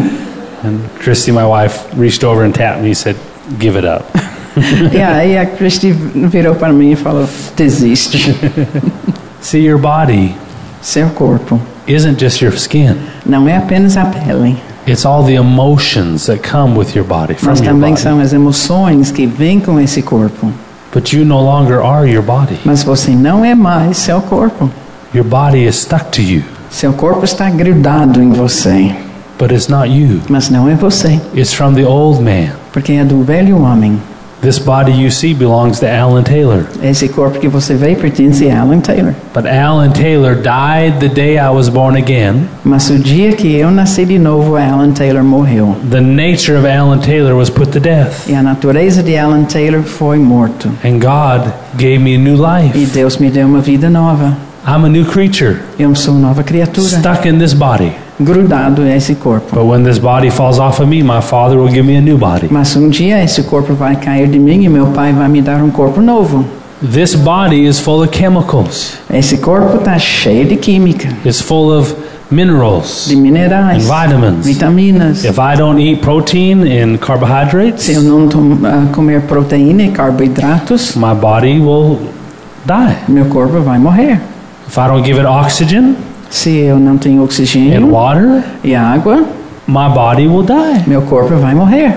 And Christy, my wife, reached over and tapped me and said, Give it up.
E aí a Christy virou para mim e falou: desiste.
See, your body
Seu corpo
isn't just your skin,
não é apenas a pele,
it's all the emotions that come with your body, from
mas
your
também
body.
são as emoções que vêm com esse corpo.
But you no longer are your body.
Mas você não é mais seu corpo.
Your body is stuck to you,
Seu corpo está grudado em você,
but it's not you.
mas não é você,
It's from the old man.
porque é do velho homem. É
This body you see belongs to Alan Taylor.
Esse corpo que você vê pertence a Alan Taylor.
But Alan Taylor died the day I was born again.
Mas o dia que eu nasci de novo, Alan Taylor morreu.
The nature of Alan Taylor was put to death.
E a natureza de Alan Taylor foi morto.
And God gave me a new
E
life.
Deus me deu uma vida nova.
I'm a new creature,
Eu sou nova criatura,
stuck in this body.
grudado a esse corpo.
But when this body falls off of me, my Father will give me a new body.
Mas um dia esse corpo vai cair de mim e meu pai vai me dar um corpo novo.
This body is full of chemicals,
Esse corpo está tá cheio de química,
it's full of minerals,
de minerais,
And vitamins.
vitaminas.
if I don't eat protein and carbohydrates,
Se eu não tom- ah, comer proteína e carboidratos,
my body will die.
meu corpo vai morrer.
If I don't give it oxygen
Se eu não tenho
and
oxigênio
water,
e água,
my body will die.
meu corpo vai morrer.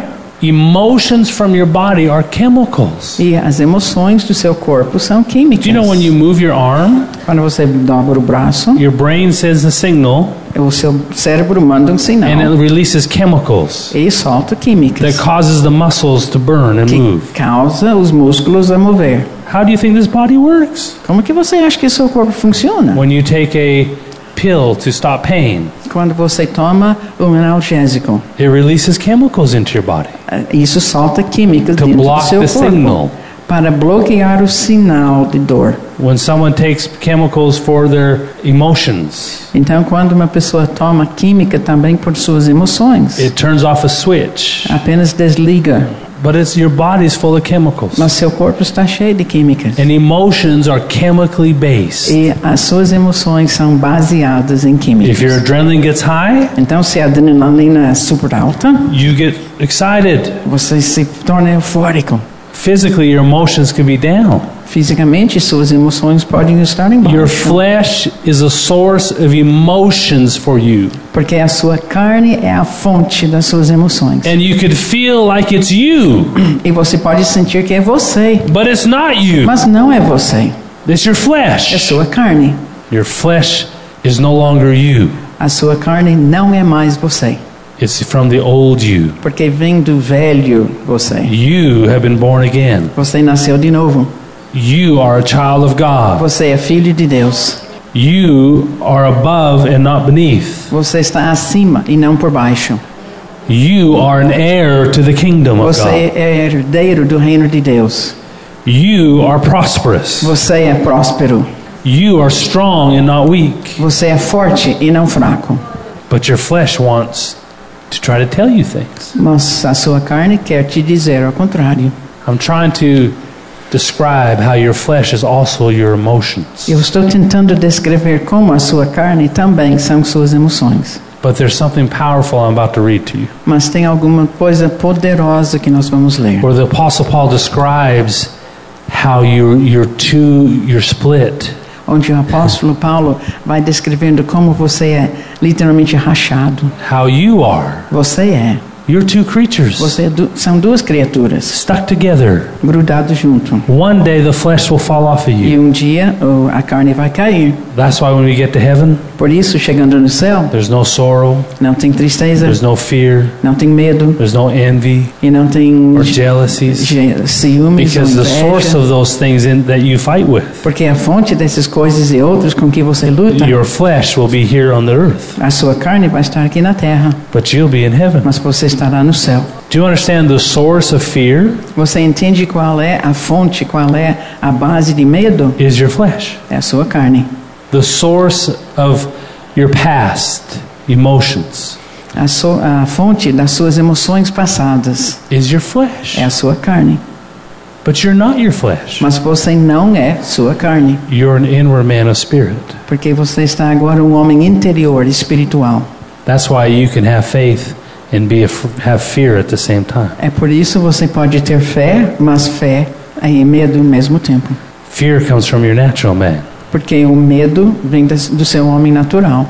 Emotions from your body are chemicals.
E as emoções do seu corpo são químicas.
Do you know when you move your arm,
Quando você dobra o braço,
your brain sends a signal
o seu cérebro manda um sinal
and it releases chemicals
e solta
that
químicas
causes the muscles to burn and
que
move.
causa os músculos a mover.
How do you think this body works?
Como que você acha que seu corpo funciona?
When you take a pill to stop pain,
Quando você toma um analgésico,
it releases chemicals into your body
eh, isso solta químicas
to
dentro do
block
seu
the
corpo
signal.
para bloquear o sinal de dor.
When someone takes chemicals for their emotions,
Então, quando uma pessoa toma química também por suas emoções,
it turns off a switch.
apenas desliga,
But it's your body's full of chemicals.
mas seu corpo está cheio de químicas.
And emotions are chemically based.
E as suas emoções são baseadas em
If your
químicas.
adrenaline gets high,
Então, se a adrenalina é super alta,
you get excited.
você se torna eufórico.
Physically, your emotions can be down.
Fisicamente, suas emoções podem estar
Your
embaixo.
flesh is a source of emotions for you.
Porque a sua carne é a fonte das suas emoções.
And you could feel like it's you,
E você pode sentir que é você,
but it's not you.
mas não é você.
It's your
É
flesh.
sua carne.
Your flesh is no longer you,
A sua carne não é mais você.
it's from the old you.
Porque vem do velho você.
You have been born again.
Você nasceu de novo.
You are a child of God.
Você é filho de Deus.
You are above and not beneath.
Você está acima e não por baixo.
You are an heir to the kingdom of
Você
God.
é herdeiro do reino de Deus.
You are prosperous.
Você é próspero.
You are strong and not weak.
Você é forte e não fraco.
But your flesh wants to try to tell you things.
Mas a sua carne quer te dizer ao contrário.
I'm trying to describe how your flesh is also your emotions.
Eu estou tentando descrever como a sua carne também são suas emoções.
But there's something powerful I'm about to read to you.
Mas tem alguma coisa poderosa que nós vamos ler.
Where the apostle Paul describes how you're, you're two, you're split.
Onde o apóstolo Paulo vai descrevendo como você é literalmente rachado.
how you are.
Você é.
You're two creatures
Você é du são duas criaturas
stuck together.
grudadas junto.
One day the flesh will fall off of
E
you.
um dia oh, a carne vai cair.
That's why when we get to heaven,
Por isso, chegando no céu,
there's no sorrow,
Não tem tristeza,
there's no fear,
não tem medo
there's no envy
e não tem
or jealousies
ge- ciúmes ou
because the source
inveja,
of those things in, that you fight with,
porque a fonte dessas coisas e outras com que você luta,
your flesh will be here on the earth,
a sua carne vai estar aqui na terra,
but you'll be in heaven.
mas você estará no céu.
Do you understand the source of fear
Você entende qual é a fonte, qual é a base de medo?
is your flesh?
É a sua carne.
The source of your past emotions
A, so, a fonte das suas emoções passadas
is your flesh,
é a sua carne,
but you're not your flesh.
mas você não é sua carne,
You're an inward man of spirit.
porque você está agora um homem interior, espiritual.
That's why you can have faith and be af- have fear at the same time.
É por isso você pode ter fé, mas fé e medo ao mesmo tempo.
Fear comes from your natural man.
Porque o medo vem das- do seu homem natural.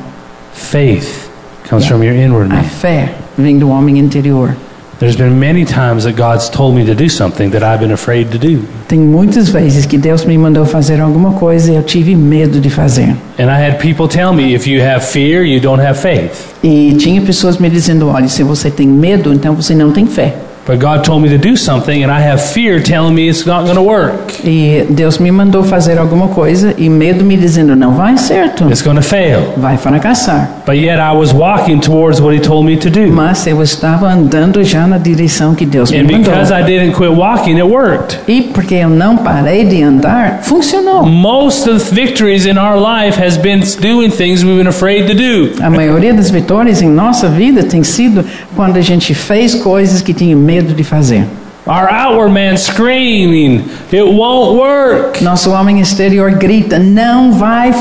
Faith comes
Yeah.
from your inward
A
man.
fé vem do homem interior.
There's been many times that God's told me to do something that I've been afraid to do,
Tem muitas vezes que Deus me mandou fazer alguma coisa e eu tive medo de fazer.
and I had people tell me, "If you have fear, you don't have faith."
E tinha pessoas me dizendo: olha, se você tem medo, então você não tem fé.
But God told me to do something, and I have fear telling me it's not going to work.
E Deus me mandou fazer alguma coisa e medo me dizendo: não vai certo,
It's going to fail.
vai fracassar.
But yet I was walking towards what He told me to do,
Mas eu estava andando já na direção que Deus me
and
mandou.
because I didn't quit walking, it worked.
E porque eu não parei de andar,
Hum.
funcionou.
Most of the victories in our life has been doing things we've been afraid to do.
A maioria das vitórias em nossa vida tem sido quando a gente fez coisas que tinha medo de fazer.
Our outward man screaming, it won't work.
Nosso homem exterior grita: não vai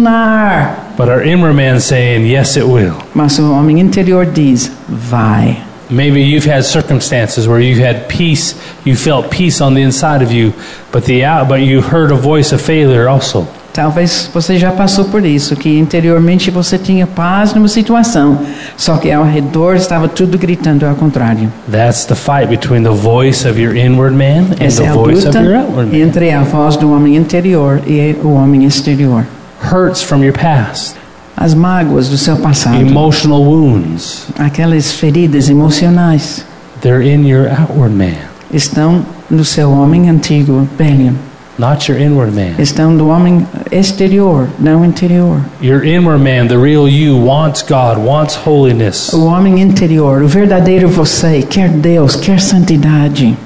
funcionar.
But our inward man saying, yes, it will.
Mas o homem interior diz: vai.
Maybe you've had circumstances where you had peace, you felt peace on the inside of you, but the out, but you heard a voice of failure also.
Talvez você já passou por isso, que interiormente você tinha paz numa situação, só que ao redor estava tudo gritando ao contrário.
That's the fight between the voice of your inward man and
Essa
the
é a
voice of
luta
your outward man.
entre a voz do homem interior e o homem exterior.
Hurts from your past,
As mágoas do seu passado,
emotional wounds,
aquelas feridas emocionais,
they're in your outward man,
estão no seu homem antigo, velho.
not your inward man.
Estão do homem exterior, não interior.
Your inward man, the real you, wants God, wants holiness.
O homem interior, o verdadeiro você, quer Deus, quer santidade,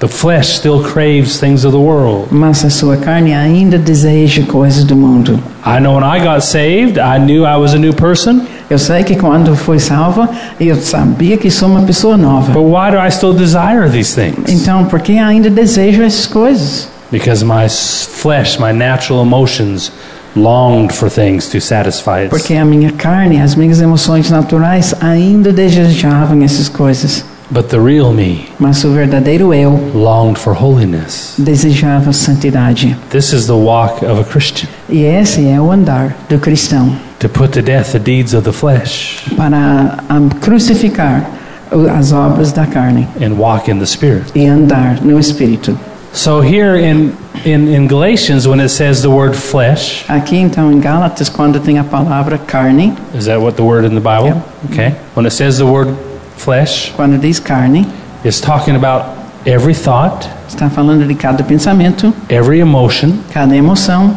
The flesh still craves things of the world.
mas a sua carne ainda deseja coisas do mundo.
I know when I got saved, I knew I was a new person,
Eu sei que quando fui salva, eu sabia que sou uma pessoa nova.
but why do I still desire these things?
Então, por que ainda desejo essas coisas?
Because my s- flesh, my natural emotions, longed for things to satisfy it.
Porque a minha carne, as minhas emoções naturais ainda desejavam essas coisas.
But the real me
Mas o verdadeiro eu
longed for holiness.
desejava santidade.
This is the walk of a Christian
E esse é o andar do cristão
to put to death the deeds of the flesh
para ah, crucificar o- as obras da carne.
and walk in the Spirit.
e andar no espírito.
So here in, in, in Galatians, when it says the word flesh,
Aqui então em Gálatas, quando tem a palavra carne,
Is that what the word in the Bible? Okay. When it says the word flesh,
quando diz carne,
it's talking about every thought,
está falando de cada pensamento,
every emotion,
cada emoção,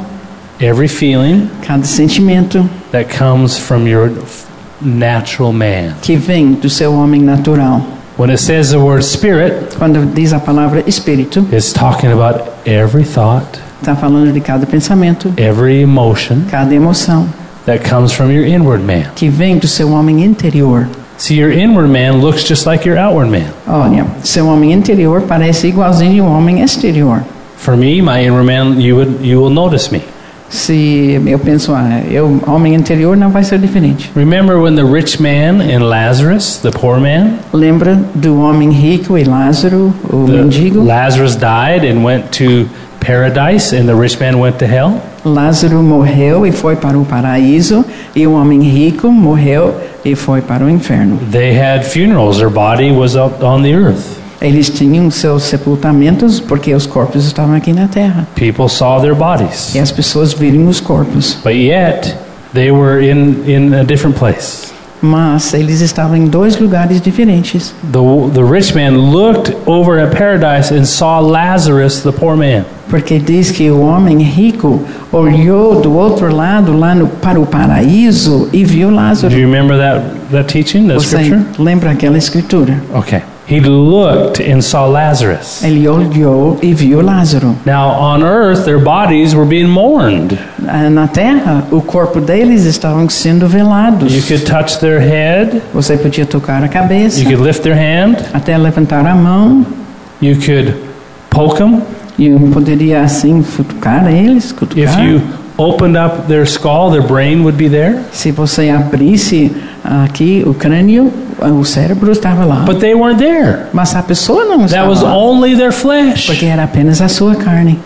every feeling
cada sentimento
that comes from your f- natural man.
que vem do seu homem natural.
When it says the word spirit,
Quando diz a palavra espírito,
it's talking about every thought,
está falando de cada pensamento,
every emotion
cada emoção
that comes from your inward man.
que vem do seu homem interior.
See, your inward man looks just like your outward man.
Olha, seu homem interior parece igualzinho ao homem exterior.
For me, my inward man, you would you will notice me.
Se eu penso, ah, eu homem interior não vai ser diferente.
Remember when the rich man and Lazarus, the poor man,
Lembra do homem rico e Lázaro, o
The-
mendigo?
Lazarus died and went to paradise, and the rich man went to hell.
Lázaro morreu e foi para o paraíso, e o homem rico morreu e foi para o inferno.
They had funerals. Their body was up on the earth.
Eles tinham seus sepultamentos porque os corpos estavam aqui na terra.
People saw their bodies.
E as pessoas viram os corpos.
But yet, they were in, in a different place.
Mas eles estavam em dois lugares diferentes.
The, the rich man looked over at paradise and saw Lazarus, the poor man.
Porque diz que o homem rico olhou do outro lado, lá no, para o paraíso, e viu
Do
Lázaro.
you remember that, that teaching, that
Você
scripture?
lembra aquela escritura?
Okay. He looked and saw Lazarus.
Ele olhou e viu Lázaro.
Now, on earth, their bodies were being mourned.
Ah, Na terra, o corpo deles estavam sendo velados.
You could touch their head,
Você podia tocar a cabeça,
you could lift their hand,
até levantar a mão,
You could poke them.
e eu poderia assim futucar eles,
If
cutucar.
you opened up their skull, their brain would be there.
Se você abrisse aqui o crânio, ah, o cérebro estava lá.
But they weren't there.
Mas a pessoa não
That
estava
was
lá,
only their
porque
flesh.
era apenas a sua carne.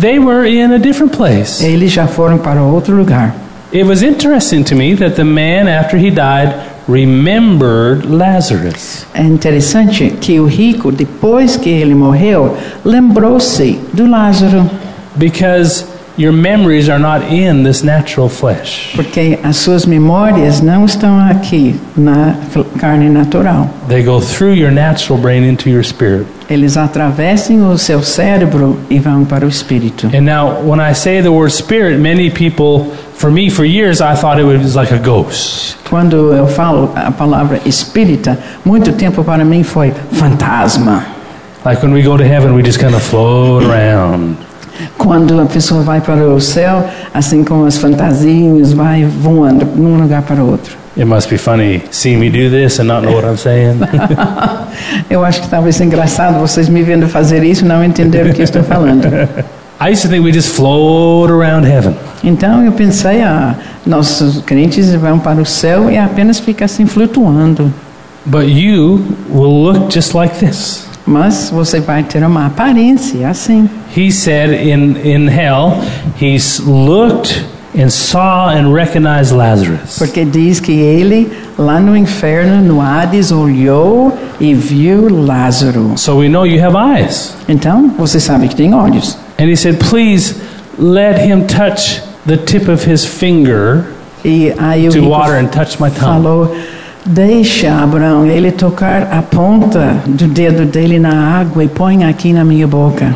They were in a different place.
Eles já foram para outro lugar.
It was interesting to me that the man, after he died, remembered Lazarus.
É interessante que o rico, depois que ele morreu, lembrou-se do Lázaro.
Because your memories are not in this natural flesh,
Porque as suas memórias não estão aqui na fl- carne natural.
they go through your natural brain into your spirit.
Eles atravessam o seu cérebro e vão para o espírito.
And now, when I say the word spirit, many people, for me, for years, I thought it was like a ghost.
Quando eu falo a palavra espírita, muito tempo para mim foi fantasma.
Like when we go to heaven, we just kind of float around.
Quando a pessoa vai para o céu, assim como as fantasias, vai voando de um lugar para o outro.
It must be funny seeing me do this and not know what I'm saying.
Eu acho que talvez seja engraçado vocês me vendo fazer isso e não entenderam o que eu estou falando.
I used to think we just float around heaven.
Então eu pensei, ah, nossos crentes vão para o céu e apenas fica assim flutuando.
But you will look just like this.
Mas você vai ter uma aparência assim.
He said in, in hell, he s- looked and saw and recognized Lazarus.
Porque diz que ele, lá no inferno, no Hades, olhou e viu Lázaro.
So we know you have eyes.
Então, você sabe que tem olhos.
And he said, Please let him touch the tip of his finger
E aí o
to
rico
water and touch my tongue.
falou, deixa Abraão ele tocar a ponta do dedo dele na água e põe aqui na minha boca.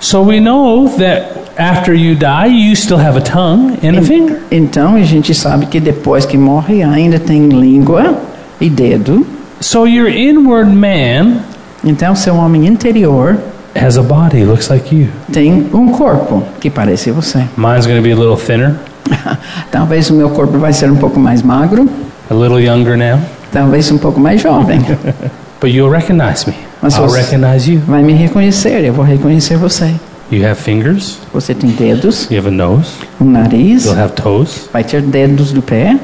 So we know that after you die, you still have a tongue and a finger.
Então a gente sabe que depois que morre ainda tem língua e dedo.
So your inward man
Então seu homem interior
has a body, looks like you.
tem um corpo que parece você.
Mine's going to be a little thinner,
Talvez o meu corpo vai ser um pouco mais magro,
a little younger now,
talvez um pouco mais jovem.
but you'll recognize me.
That's
I'll
what's-
recognize you.
Vai me reconhecer, eu vou reconhecer você.
You have fingers,
Você tem dedos,
you have a nose,
um nariz,
you'll have toes,
vai ter dedos do pé,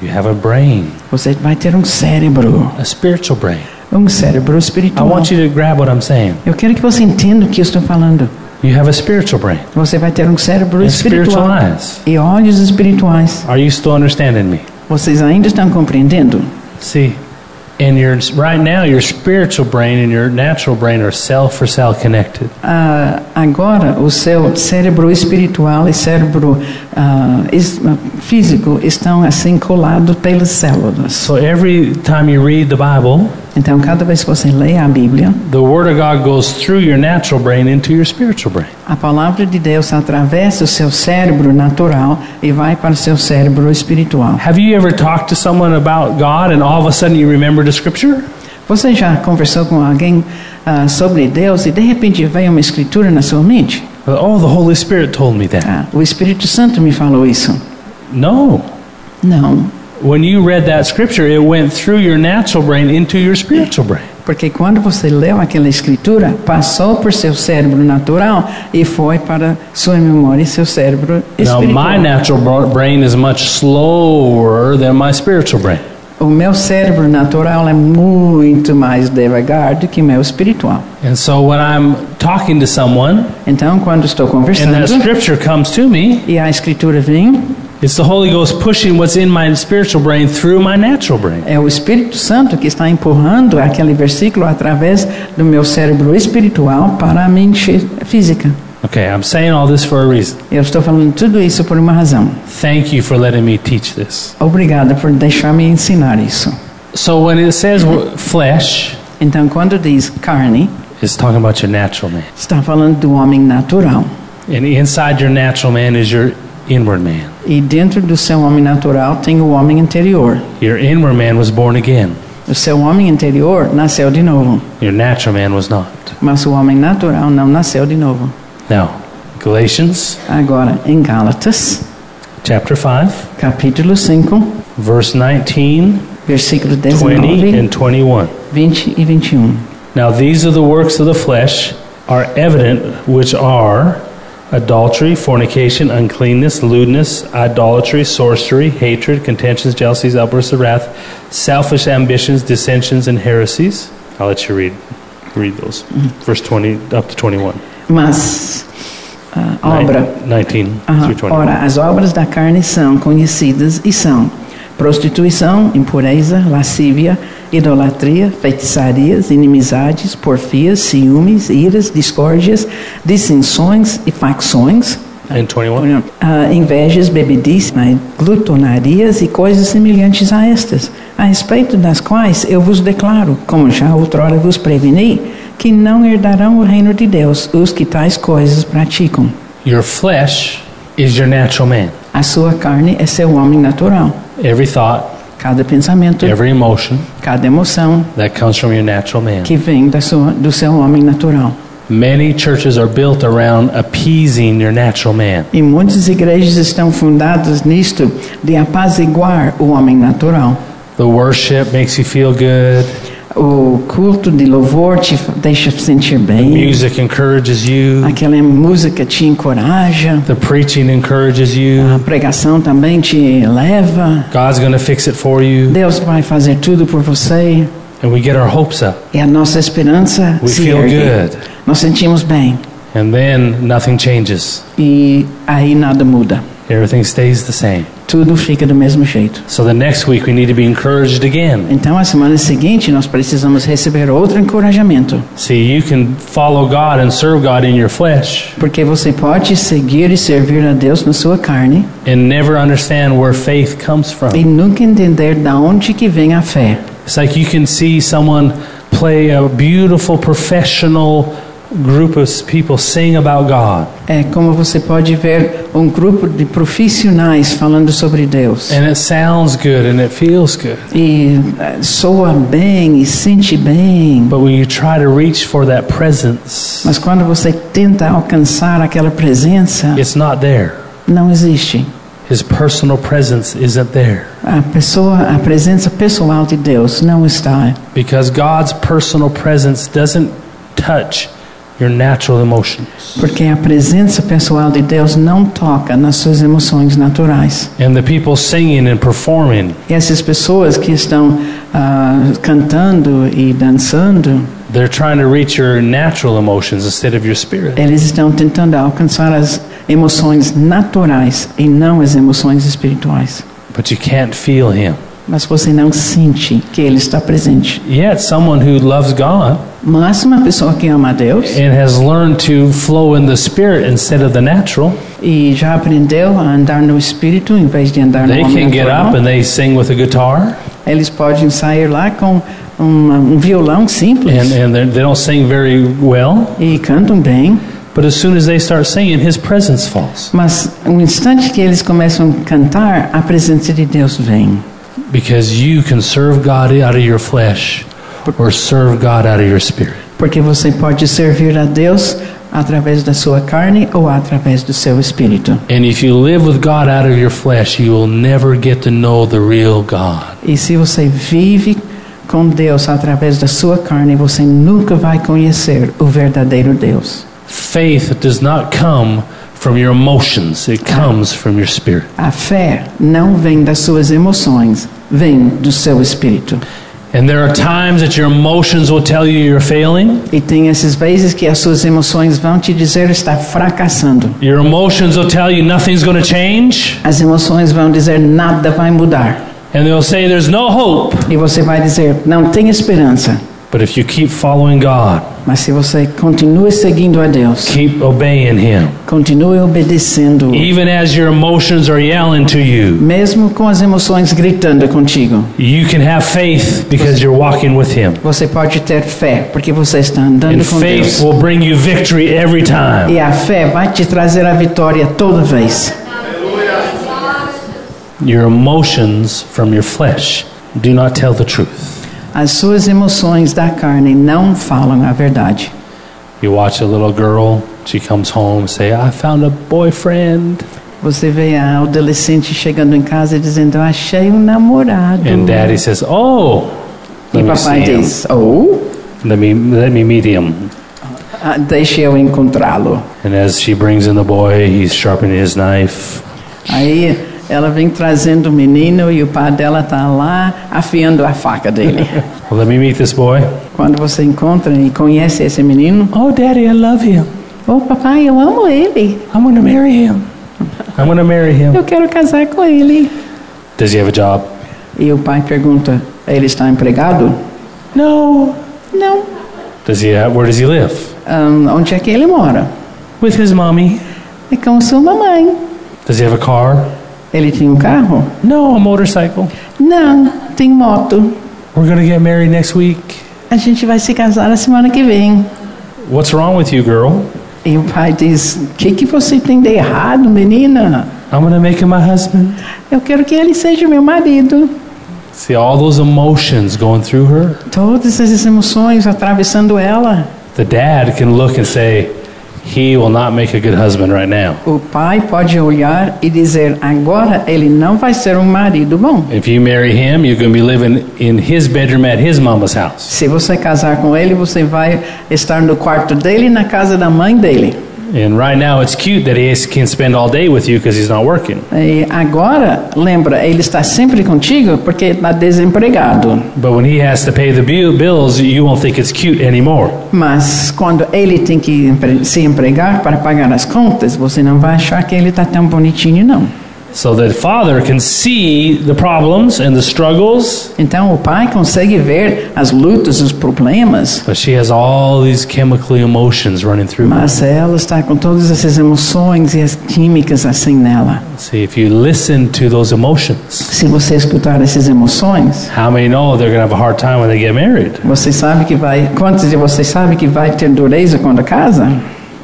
you have a brain,
você vai ter um cérebro.
a spiritual brain.
um cérebro
I
espiritual.
want you to grab what I'm saying.
Eu quero que você entenda o que eu estou falando.
You have a spiritual brain
Você vai ter um cérebro
and spiritual
espiritual
eyes.
e olhos espirituais.
Are you still understanding me?
Vocês ainda estão compreendendo?
See, and your right now your spiritual brain and your natural brain are cell for cell connected.
Ah, agora, o seu cérebro espiritual e cérebro ah, es- físico estão assim colados pelas células.
So every time you read the Bible,
Então, cada vez que você lê a Bíblia,
the Word of God goes through your natural brain into your spiritual brain.
a palavra de Deus atravessa o seu cérebro natural e vai para o seu cérebro espiritual.
Have you ever talked to someone about God and all of a sudden you remember the scripture?
Você já conversou com alguém ah, sobre Deus e de repente veio uma escritura na sua mente?
Oh, the Holy Spirit told me that.
Ah, o Espírito Santo me falou isso.
No.
Não,
When you read that scripture, it went through your natural brain into your spiritual brain.
porque quando você leu aquela escritura, passou por seu cérebro natural e foi para sua memória e seu cérebro
Now, my
espiritual.
natural bro- brain is much slower than my spiritual brain.
o meu cérebro natural é muito mais devagar do que meu espiritual.
And so when I'm talking to someone
Então, quando estou
and that
conversando
scripture comes to me,
e a escritura vem,
it's the Holy Ghost pushing what's in my spiritual brain through my natural brain.
É o Espírito Santo que está empurrando aquele versículo através do meu cérebro espiritual para a mente física.
Okay, I'm saying all this for a reason.
Eu estou falando tudo isso por uma razão.
Thank you for letting me teach this.
Obrigada por deixar-me ensinar isso.
So when it says w- flesh,
Então, quando diz carne,
it's talking about your natural man.
está falando do homem natural.
And inside your natural man is your inward man.
E dentro do seu homem natural tem o homem interior.
Your inward man was born again.
O seu homem interior nasceu de novo,
Your natural man was not.
mas o homem natural não nasceu de novo.
Now, Galatians
Agora, em Gálatas,
chapter 5,
capítulo 5,
verse 19,
versículo
20,
19,
and 21.
20 e 21.
Now these are the works of the flesh are evident, which are adultery, fornication, uncleanness, lewdness, idolatry, sorcery, hatred, contentions, jealousies, outbursts of wrath, selfish ambitions, dissensions, and heresies. I'll let you read read those. Verse 20 up to 21.
Mas a
Nine-
obra,
19
aham,
through 21.
ora, as obras da carne são conhecidas e são prostituição, impureza, lascívia, idolatria, feitiçarias, inimizades, porfias, ciúmes, iras, discórdias, dissensões e facções,
And 21.
ah, invejas, bebedices, né, glutonarias e coisas semelhantes a estas, a respeito das quais eu vos declaro, como já outrora vos preveni, que não herdarão o reino de Deus os que tais coisas praticam.
Your flesh is your natural man.
A sua carne é seu homem natural.
Every thought,
Cada pensamento,
every emotion
cada emoção
that comes from your natural man.
que vem da sua, do seu homem natural.
Many churches are built around appeasing your natural man.
E muitas igrejas estão fundadas nisto de apaziguar o homem natural.
The worship makes you feel good.
O culto de louvor te deixa sentir bem.
Music encourages you.
Aquela música te encoraja.
The preaching encourages you.
A pregação também te eleva.
God's going to fix it for you.
Deus vai fazer tudo por você.
And we get our hopes up.
E a nossa esperança
We
se
feel
ergue.
good.
Nós sentimos bem.
And then nothing changes.
E aí nada muda.
Everything stays the same.
Tudo fica do mesmo jeito.
So the next week we need to be encouraged again.
Então, a semana seguinte, nós precisamos receber outro encorajamento.
See, you can follow God and serve God in your flesh
Porque você pode seguir e servir a Deus na sua carne
and never understand where faith comes
e
from.
nunca entender da onde que vem a fé.
It's like you can see someone play a beautiful professional group of people sing about God.
É como você pode ver um grupo de profissionais falando sobre Deus.
And it sounds good and it feels good.
E eh, soa bem e sente bem.
But when you try to reach for that presence,
Mas quando você tenta alcançar aquela presença,
it's not there.
não existe.
His personal presence isn't there.
A pessoa, a presença pessoal de Deus não está.
Because God's personal presence doesn't touch your natural emotions.
Porque a presença pessoal de Deus não toca nas suas emoções naturais.
And the people singing and performing,
E essas pessoas que estão ah, cantando e dançando,
they're trying to reach your natural emotions instead of your spirit.
eles estão tentando alcançar as emoções naturais e não as emoções espirituais.
But you can't feel Him.
Mas você não sente que Ele está presente.
Yet, someone who loves God
Mas uma pessoa que ama a Deus
and has learned to flow in the spirit instead of the natural,
e já aprendeu a andar no Espírito em vez de andar no
they
homem
can get
natural,
up and they sing with a guitar.
eles podem sair lá com uma- um violão simples
and, and they're- they don't sing very well.
e cantam bem.
But as soon as they start singing, his presence falls
Mas no instante que eles começam a cantar, a presença de Deus vem.
because you can serve God out of your flesh or serve God out of your spirit.
Porque você pode servir a Deus através da sua carne ou através do seu espírito.
And if you live with God out of your flesh, you will never get to know the real God.
E se você vive com Deus através da sua carne, você nunca vai conhecer o verdadeiro Deus.
Faith does not come from your emotions; it comes from your spirit.
A fé não vem das suas emoções, vem do seu espírito.
And there are times that your emotions will tell you you're failing.
E tem essas vezes que as suas emoções vão te dizer está fracassando.
Your emotions will tell you nothing's going to change,
As emoções vão dizer nada vai mudar.
and they'll say there's no hope.
E você vai dizer, não tem esperança.
But if you keep following God,
Mas se você continua seguindo a Deus,
Keep obeying Him.
continue obedecendo,
Even as your emotions are yelling to you,
mesmo com as emoções gritando contigo,
you can have faith because you're walking with Him.
você pode ter fé, porque você está andando
And
com
faith
Deus.
will bring you victory every time.
E a fé vai te trazer a vitória toda vez.
Your emotions from your flesh do not tell the truth.
As suas emoções da carne não falam a verdade.
You watch a little girl, she comes home, say, I found a boyfriend.
Você vê a adolescente chegando em casa e dizendo, achei um namorado.
And daddy says, Oh,
e
let me see
papai
him.
diz, ou
Let me, let me meet him.
ah, deixe eu encontrá-lo.
And as she brings in the boy, he's sharpening his knife.
Aí ela vem trazendo o menino e o pai dela tá lá afiando a faca dele.
Well, let me meet this boy.
Quando você encontra e conhece esse menino,
Oh, daddy, I love him.
oh papai, eu amo ele,
I'm going to marry him. I'm going to marry him.
eu quero casar com ele.
Does he have a job?
E o pai pergunta, ele está empregado?
No.
Não.
Does he have, where does he live?
"Ahn, onde é que ele mora?
With his mommy.
É com sua mamãe.
Does he have a car?
Ele tem um carro?
No, a motorcycle.
Não, tem moto.
We're going to get married next week.
A gente vai se casar na semana que vem.
What's wrong with you, girl?
E o pai diz, o que, que você tem de errado, menina?
I'm going to make him my husband.
Eu quero que ele seja meu marido.
See all those emotions going through her?
Todas essas emoções atravessando ela.
The dad can look and say, he will not make a good husband right now.
O pai pode olhar e dizer: agora ele não vai ser um marido bom.
If you marry him, you're going to be living in his bedroom at his mama's house.
Se você casar com ele, você vai estar no quarto dele e na casa da mãe dele.
And right now, it's cute that he is- can spend all day with you because he's not working.
E agora, lembra, ele está sempre contigo porque está desempregado.
But when he has to pay the bu- bills, you won't think it's cute anymore.
Mas quando ele tem que empre- se empregar para pagar as contas, você não vai achar que ele está tão bonitinho, não.
So the father can see the problems and the struggles,
Então o pai consegue ver as lutas, os problemas,
but she has all these chemically emotions running through her.
mas ela está com todas essas emoções e as químicas assim nela.
See, if you listen to those emotions,
Se você escutar essas emoções,
how many know they're going to have a hard time when they get married?
você sabe que vai. Quantos de vocês sabem que vai ter dureza quando casa?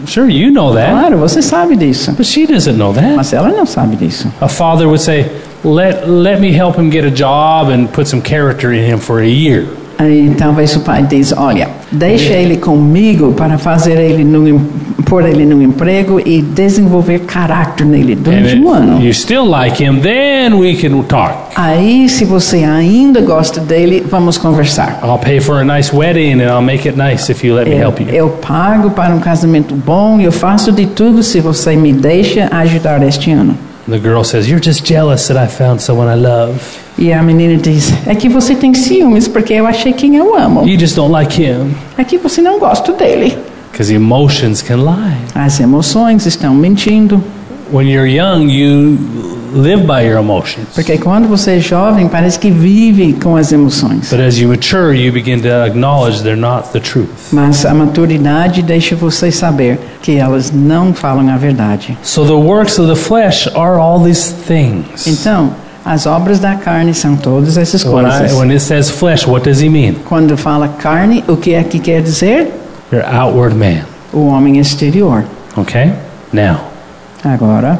Sure, you know that,
Claro, você sabe disso.
but she doesn't know that.
Mas ela não sabe disso.
A father would say, let, let me help him get a job and put some character in him for a year.
Aí talvez o Então, pai diz: Olha, deixa ele comigo para fazer ele no, em- pôr ele no emprego e desenvolver caráter nele
And
durante um
if
ano.
you still like him, then we can talk.
Aí, se você ainda gosta dele, vamos conversar.
I'll pay for a nice wedding and I'll make it nice if you let me
Eu,
help you.
eu pago para um casamento bom, eu faço de tudo se você me deixa ajudar este ano.
The girl says, You're just jealous that I found someone I love.
E a menina diz: É que você tem ciúmes porque eu achei quem eu amo.
You just don't like him.
É que você não gosta dele.
Because emotions can lie.
As emoções estão mentindo.
When you're young, you live by your emotions.
Porque quando você é jovem, parece que vive com as emoções.
But as you mature, you begin to acknowledge they're not the truth.
Mas a maturidade deixa você saber que elas não falam a verdade.
So the works of the flesh are all these things.
Então, as obras da carne são todas essas
So when, I,
coisas.
when it says flesh, what does he mean?
Quando fala carne, o que é que quer dizer?
Your outward man.
O homem exterior.
Okay? Now,
Agora,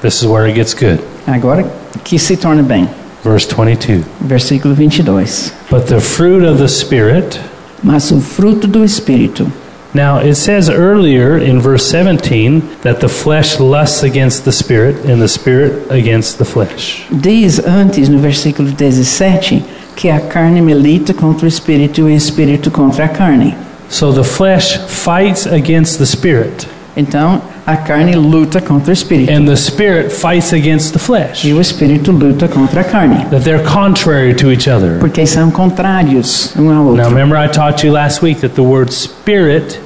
this is where it gets good.
agora que se torna bem.
Verse 22.
Versículo 22.
But the fruit of the Spirit.
Mas o fruto do espírito.
Now, it says earlier in verse 17 that the flesh lusts against the Spirit and the Spirit against the flesh.
Diz antes, no versículo 17, que a carne milita contra o espírito e o espírito contra a carne.
So the flesh fights against the Spirit,
Então, a carne luta contra o espírito.
and the Spirit fights against the flesh.
E o espírito luta contra a carne.
That they're contrary to each other.
Porque são contrários um ao
Now,
outro.
remember, I taught you last week that the word Spirit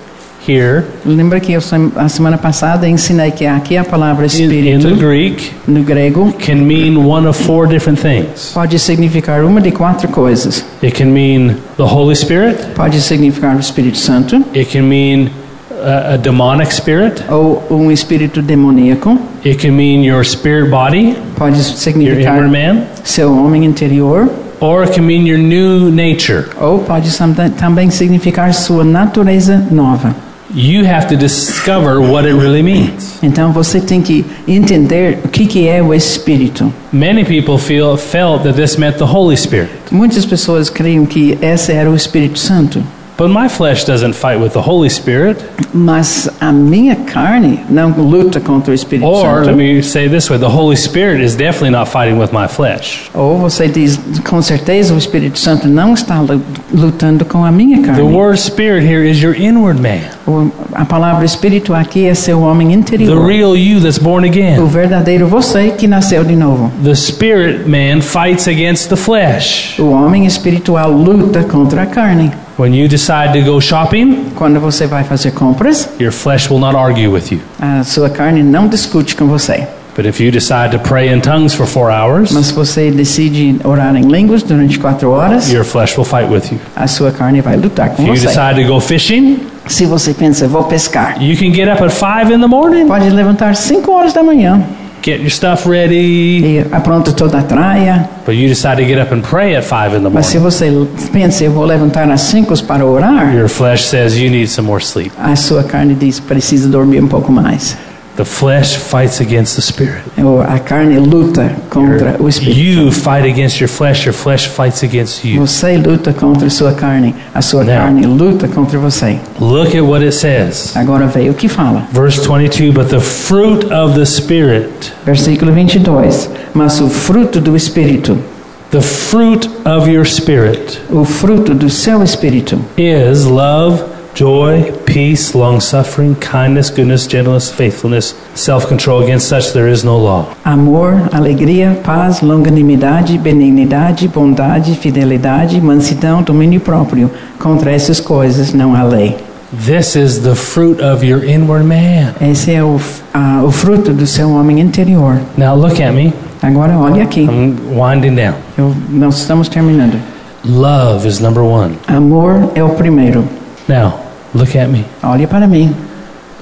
here
Lembra que eu, sem- a semana passada ensinei que aqui a palavra
in, in
espírito,
the Greek
no grego,
can mean one of four different things
pode significar uma de quatro coisas.
it can mean the Holy Spirit,
Pode significar o Espírito Santo,
it can mean uh, a, a demonic spirit,
ou um espírito demoníaco,
it can mean your spirit body.
pode
your inner
significar
man,
seu homem interior,
or it can mean your new nature.
ou pode sam- também significar sua natureza nova.
You have to discover what it really means.
Então você tem que entender o que, que é o espírito.
Many people feel felt that this meant the Holy Spirit,
Muitas pessoas creiam que esse era o Espírito Santo,
but my flesh doesn't fight with the Holy Spirit.
mas a minha carne não luta contra o Espírito
Or let
Santo.
me say it this way: the Holy Spirit is definitely not fighting with my flesh.
Ou você diz, com certeza o Espírito Santo não está lu- lutando com a minha
The
carne.
word "spirit" here is your inward man,
O- A palavra espírito aqui é seu homem
the
interior,
real you that's born
o
again.
verdadeiro você que nasceu de novo.
The spirit man fights against the flesh.
O homem espiritual luta contra a carne.
When you decide to go shopping,
Quando você vai fazer compras,
your flesh will not argue with you.
a sua carne não discute com você.
But if you decide to pray in tongues for four hours,
Mas você decide orar em línguas durante quatro horas,
your flesh will fight with you.
a sua carne vai lutar com
If you
você.
decide to go fishing,
Se você pensa, vou pescar,
you can get up at five in the morning,
pode levantar 5 horas da manhã
get your stuff ready.
e apronta toda a traia.
But you decide to get up and pray at five in the
Mas se
morning,
você pensa, eu vou levantar às 5 para orar,
your flesh says you need some more sleep.
a sua carne diz, precisa dormir um pouco mais.
The flesh fights against the spirit.
O- A carne luta contra o espírito.
You fight against your flesh, your flesh fights against you.
Você luta contra a sua carne, a sua
Não.
carne luta contra você.
Look at what it says.
Agora veio o que fala.
Verse 22 But the fruit of the spirit,
Versículo 22. Mas o fruto do espírito,
the fruit of your spirit,
o fruto do seu espírito,
is love, joy, peace, long suffering, kindness, goodness, gentleness, faithfulness, self control. Against such there is no law.
amor, alegria, paz, longanimidade, benignidade, bondade, fidelidade, mansidão, domínio próprio. Contra essas coisas não há lei.
This is the fruit of your inward man.
Esse é o, f- a- o fruto do seu homem interior.
Now look at me.
Agora olhe aqui.
I'm winding down.
Eu, nós estamos terminando.
Love is number one.
Amor é o primeiro.
Now look at me.
Olhe para mim.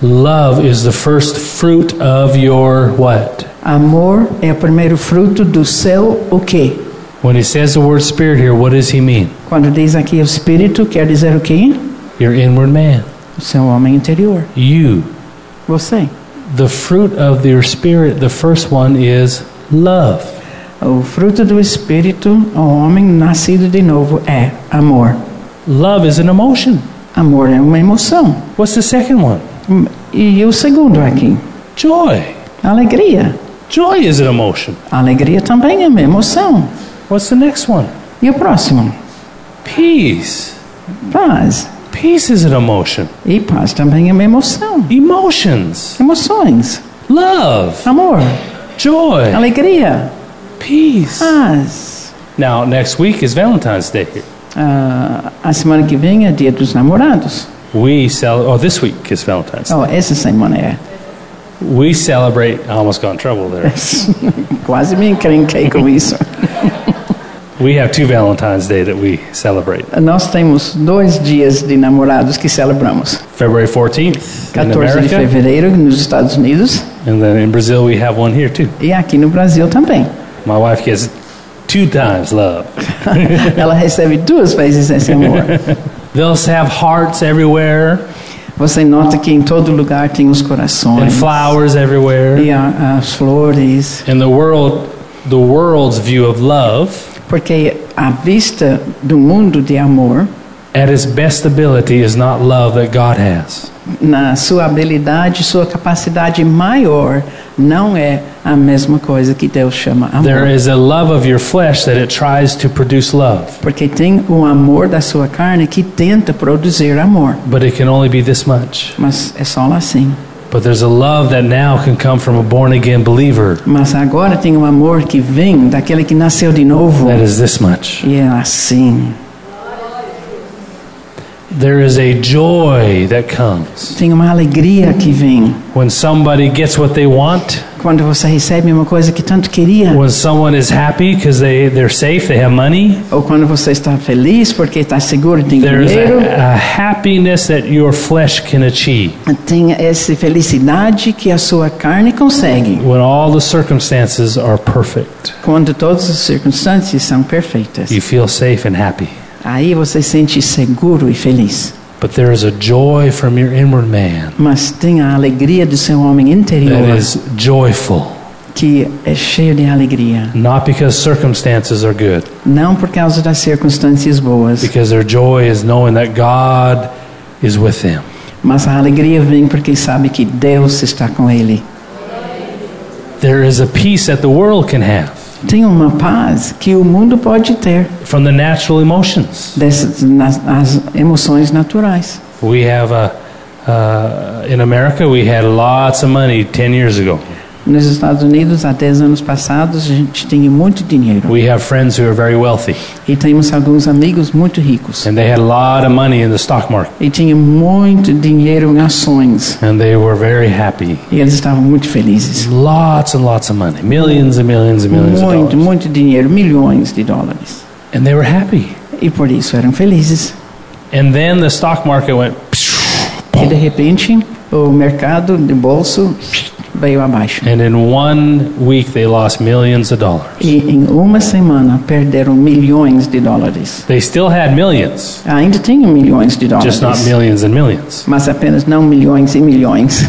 Love is the first fruit of your what?
Amor é o primeiro fruto do seu o quê?
When he says the word spirit here, what does he mean?
Quando diz aqui o espírito, quer dizer o quê?
Your inward man.
O seu homem interior.
You.
Você.
The fruit of your spirit, the first one is love.
O fruto do espírito, o homem nascido de novo, é amor.
Love is an emotion.
Amor é uma emoção.
What's the second one?
E o segundo aqui?
Joy.
Alegria.
Joy is an emotion.
Alegria também é uma emoção.
What's the next one?
E o próximo?
Peace.
Paz.
Peace is an emotion.
E paz também é uma emoção.
Emotions.
Emoções.
Love.
Amor.
Joy.
Alegria.
Peace.
Paz.
Now, next week is Valentine's Day.
Ah, a semana que vem é dia dos namorados.
We cel- oh, this week is Valentine's.
Oh, essa semana é.
We celebrate. I almost got in trouble there.
Quase me encrenquei com isso.
we have two Valentine's Day that we celebrate.
Nós temos dois dias de namorados que celebramos.
February 14th in
14 de
America,
fevereiro nos Estados Unidos
and then in Brazil we have one here too.
e aqui no Brasil também.
My wife gets two times love.
Ela recebe duas vezes esse amor.
They'll have hearts everywhere
Você nota que em todo lugar tem os
and
corações
flowers everywhere.
e a- as flores,
And the world, the world's view of love,
porque a vista do mundo de amor,
at its best ability, is not love that God has.
na sua habilidade, sua capacidade maior, não é a mesma coisa que Deus chama
There
amor.
is a love of your flesh that it tries to produce love,
Porque tem o amor da sua carne que tenta produzir amor,
but it can only be this much.
mas é só lá assim.
But there's a love that now can come from a born again believer
Mas agora tem um amor que vem daquele que nasceu de novo.
that is this much.
E é assim.
There is a joy that comes
Tem uma alegria que vem.
when somebody gets what they want,
Quando você recebe uma coisa que tanto queria.
when someone is happy because they, they're safe, they have money.
Ou quando você está feliz porque está seguro, tem
There's
dinheiro.
a, a happiness that your flesh can achieve
Tem essa felicidade que a sua carne consegue.
when all the circumstances are perfect.
Quando todas as circunstâncias são perfeitas.
You feel safe and happy.
Aí você sente seguro e feliz.
But there is a joy from your inward man
Mas tem a alegria do seu homem interior
that is joyful,
que é cheio de alegria.
not because circumstances are good,
Não por causa das circunstâncias boas.
because their joy is knowing that God is with them.
Mas a alegria vem porque sabe que Deus está com ele.
There is a peace that the world can have
Tem uma paz que o mundo pode ter
from the natural emotions.
dessas nas, as emoções naturais.
We have a uh, in America, we had lots of money 10 years ago.
Nos Estados Unidos, há 10 anos passados, a gente tinha muito dinheiro
We have friends who are very wealthy.
e temos alguns amigos muito ricos
And they had a lot of money in the stock market.
e tinha muito dinheiro em ações
And they were very happy.
e eles estavam muito felizes.
Lots and lots of money. Millions and millions and millions of
Muito,
dollars.
muito dinheiro, milhões de dólares.
And they were happy.
E por isso eram felizes.
And then the stock market went,
E de repente, o mercado de bolso veio abaixo.
and in one week they lost millions of dollars.
E em uma semana perderam milhões de dólares.
They still had millions,
Ainda tinham milhões de dólares.
just not millions and millions.
Mas apenas não milhões e milhões.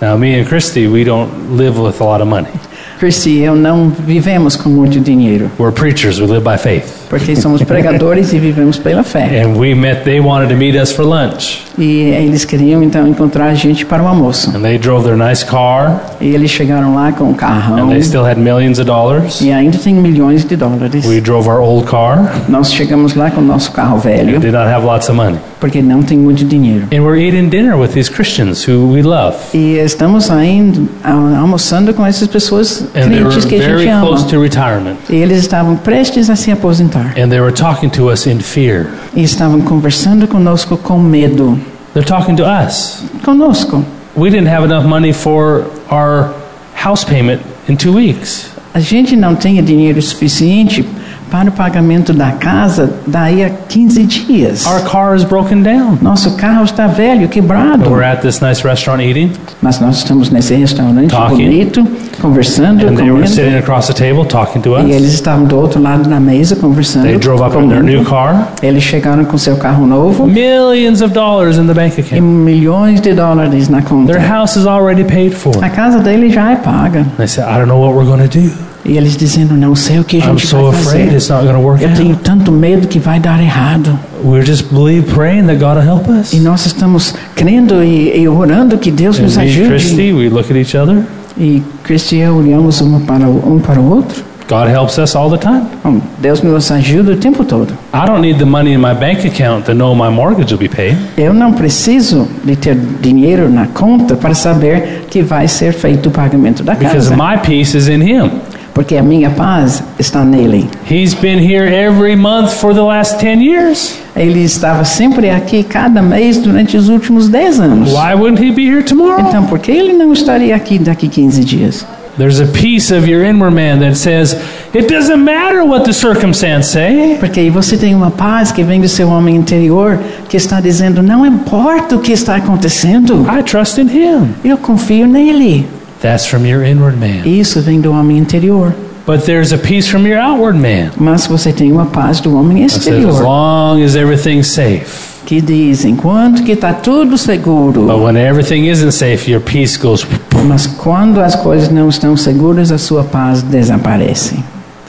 Now, me and Christy, we don't live with a lot of money.
Christy e eu não vivemos com muito dinheiro,
We're preachers, we live by faith.
porque somos pregadores e vivemos pela fé.
And we met, they wanted to meet us for lunch.
E eles queriam então encontrar a gente para o almoço.
And they drove their nice car,
E eles chegaram lá com um carrão
and they still had millions of dollars.
e ainda tem milhões de dólares.
We drove our old car,
Nós chegamos lá com o nosso carro
we
velho,
did not have lots of money.
porque não tem muito dinheiro.
And we're eating dinner with these Christians who we love.
E estamos ainda al- almoçando com essas pessoas
And they were
crentes que a
very
gente ama.
close to retirement.
E eles estavam prestes a se aposentar.
And they were talking to us in fear.
E estavam conversando conosco com medo.
They're talking to us.
Conosco.
We didn't have enough money for our house payment in two weeks.
A gente não tinha dinheiro suficiente para o pagamento da casa daí a 15 dias.
Our car is broken down.
Nosso carro está velho, quebrado.
But we're at this nice restaurant eating,
Mas nós estamos nesse restaurante
Talking.
bonito, conversando,
and they were sitting
comendo.
across the table talking to
E eles
us.
estavam do outro lado da mesa conversando.
They drove up in their
comendo.
new car.
Eles chegaram com seu carro novo
Millions of dollars in the bank
e
account.
milhões de dólares na
Their
conta.
house is already paid for.
A casa dele já é paga.
They said, I don't know what we're going to do.
E eles dizendo, não sei o que a
I'm
gente
so
vai
afraid
fazer.
it's not going to work
Eu tenho
out.
tanto medo que vai dar errado.
We're just believe praying that God will help us.
E
And
nós estamos crendo e, e orando que Deus
me
nos
and
ajude.
Christy, we look at each other.
E Cristo e eu olhamos um para, o- um para o outro.
God helps us all the time.
Bom, Deus nos ajuda o tempo todo.
I don't need the money in my bank account to know my mortgage will be paid.
Eu não preciso de ter dinheiro na conta para saber que vai ser feito o pagamento da
Because
casa.
my peace is in him.
Porque a minha paz está nele.
He's been here every month for the last 10 years.
Ele estava sempre aqui cada mês durante os últimos 10 anos.
Why wouldn't he be here tomorrow?
Então, por que ele não estaria aqui daqui 15 dias?
There's a piece of your inward man that says, it doesn't matter what the circumstance say.
Porque aí você tem uma paz que vem do seu homem interior que está dizendo: não importa o que está acontecendo,
I trust in him.
eu confio nele.
That's from your inward man.
Isso vem do homem interior.
But there's a piece from your outward man
Mas você tem uma paz do homem
that says, as
exterior
long as everything's safe.
que diz: enquanto que está tudo
But
seguro,
when everything isn't safe, your peace goes.
mas quando as coisas não estão seguras, a sua paz desaparece.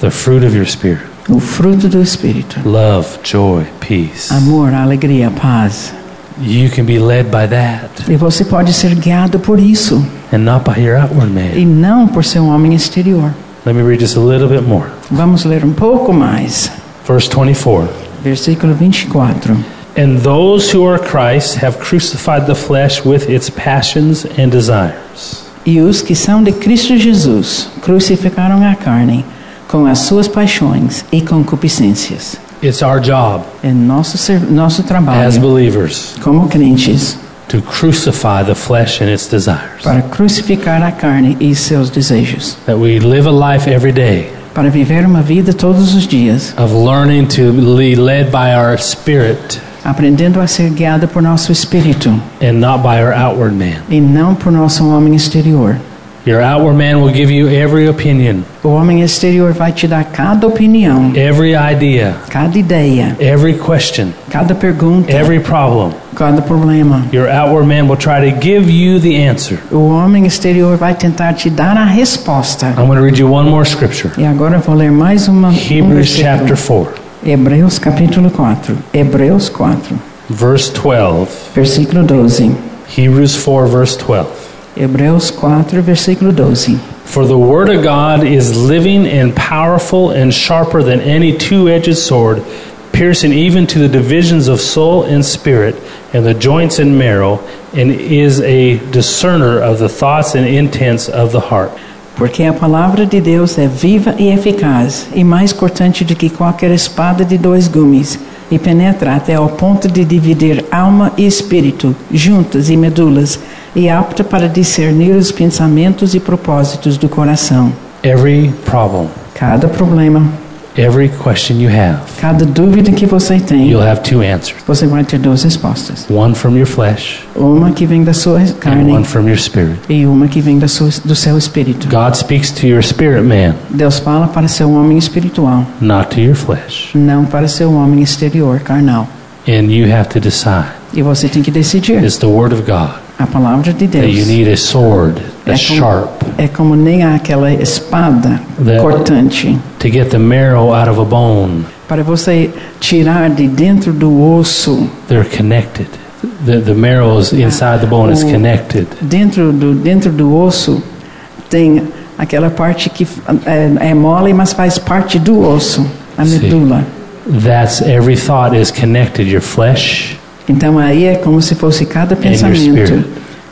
The fruit of your spirit
O fruto do Espírito:
love, joy, peace.
amor, alegria, paz.
You can be led by that
E você pode ser guiado por isso
and not by your outward man.
e não por ser um homem exterior.
Let me read just a little bit more.
Vamos ler um pouco mais.
Verse 24.
Versículo 24.
And those who are Christ have crucified the flesh with its passions and desires.
E os que são de Cristo Jesus crucificaram a carne com as suas paixões e concupiscências.
It's our job
É nosso, ser, nosso
É as
trabalho
believers
como crentes
to crucify the flesh and its desires.
para crucificar a carne e seus desejos,
That we live a life every day
para viver uma vida todos os dias,
of learning to be led by our spirit
aprendendo a ser guiada por nosso espírito
and not by our outward man.
e não por nosso homem exterior.
Your outward man will give you every opinion,
O homem exterior vai te dar cada opinião,
every idea,
cada ideia,
every question,
cada pergunta,
every problem.
cada problema.
Your outward man will try to give you the answer.
O homem exterior vai tentar te dar a resposta.
I'm going to read you one more scripture.
E agora eu vou ler mais uma. um
Hebrews
versículo.
chapter 4,
Hebreus capítulo 4. Hebreus 4,
verse 12.
versículo 12.
Hebrews 4, verse 12.
Hebreus 4, versículo 12.
For the word of God is living and powerful and sharper than any two edged sword, piercing even to the divisions of soul and spirit, and the joints and marrow, and is a discerner of the thoughts and intents of the heart.
Porque a palavra de Deus é viva e eficaz, e mais cortante do que qualquer espada de dois gumes, e penetra até ao ponto de dividir alma e espírito, juntas e medulas, e apta para discernir os pensamentos e propósitos do coração.
Every problem,
Cada problema,
every question you have,
Cada dúvida que você tem,
you'll have two answers
você vai ter duas respostas.
one from your flesh
Uma que vem da sua
and one
carne
from your spirit.
e uma que vem da sua, do seu espírito.
God speaks to your spirit man,
Deus fala para seu homem espiritual,
not to your flesh.
não para seu homem exterior, carnal.
And you have to decide
E você tem que decidir.
is the Word of God
a palavra de
that you
Deus.
need a sword that's
É como-
sharp
É como nem aquela espada
That-
cortante
to get the marrow out of a bone.
para você tirar de dentro do osso,
They're connected. The, the marrow is inside the bone is
Oh.
connected.
dentro do dentro do osso tem aquela parte que é, é mole, mas faz parte do osso, a
Sim.
medula.
That's every thought is connected. Your flesh
Então aí é como se fosse cada
your
pensamento,
spirit.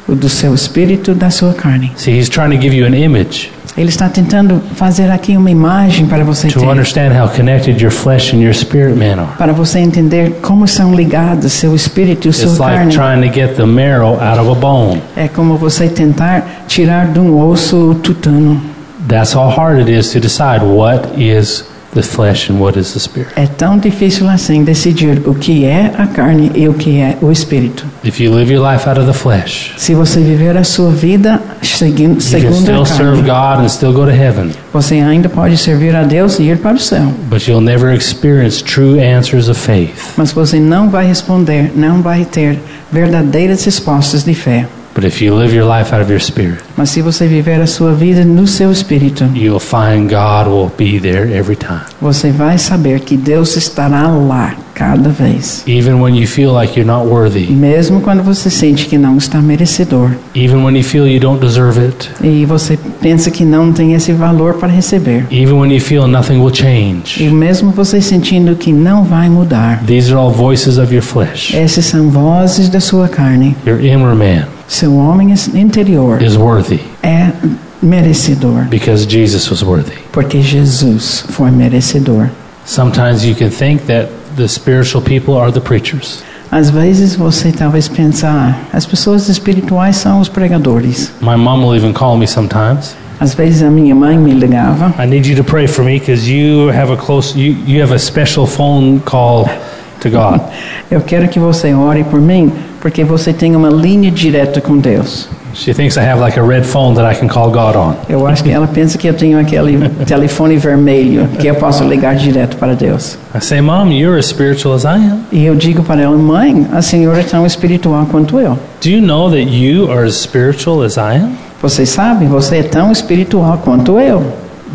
o do seu espírito, da sua carne.
See, he's trying to give you an image
Ele está tentando fazer aqui uma imagem para você
to
ter,
understand how connected your flesh and your spirit man are.
para você entender como são ligados seu espírito e sua
It's like
carne.
trying to get the marrow out of a bone.
É como você tentar tirar de um osso o tutano.
That's how hard it is to decide what is the flesh and what is the spirit.
É tão difícil assim decidir o que é a carne e o que é o espírito.
If you live your life out of the flesh,
Se você viver a sua vida seguindo,
you can
segundo
still
a
serve
carne,
God and still go to heaven,
você ainda pode servir a Deus e ir para o céu.
but you'll never experience true answers of faith.
Mas você não vai responder, não vai ter verdadeiras respostas de fé.
But if you live your life out of your spirit,
Mas se você viver a sua vida no seu espírito,
you'll find God will be there every time.
você vai saber que Deus estará lá cada vez.
Even when you feel like you're not worthy,
Mesmo quando você sente que não está merecedor
even when you feel you don't deserve it,
e você pensa que não tem esse valor para receber.
even when you feel nothing will
E
change.
mesmo você sentindo que não vai mudar,
These are all voices of your flesh.
essas são vozes da sua carne.
Your inner man
Seu homem interior
is worthy
é merecedor,
because Jesus was worthy.
porque Jesus foi merecedor.
Sometimes you can think that the spiritual people are the preachers.
Às vezes você talvez pensa, "Ah, as pessoas espirituais são os pregadores.
My mom will even call me sometimes.
Às vezes a minha mãe me ligava,
I need you to pray for me because you have a close, you, you have a special phone call to God.
eu quero que você ore por mim, porque você tem uma linha direta com Deus.
She thinks I have like a red phone that I can call God on.
Eu acho que ela pensa que eu tenho aquele telefone vermelho, que eu posso ligar direto para Deus.
I say, Mom, you're as spiritual as I am.
E eu digo para ela, mãe, a senhora é tão espiritual quanto eu.
Do you know that you are as spiritual as I am?
Vocês sabem, você é tão espiritual quanto eu.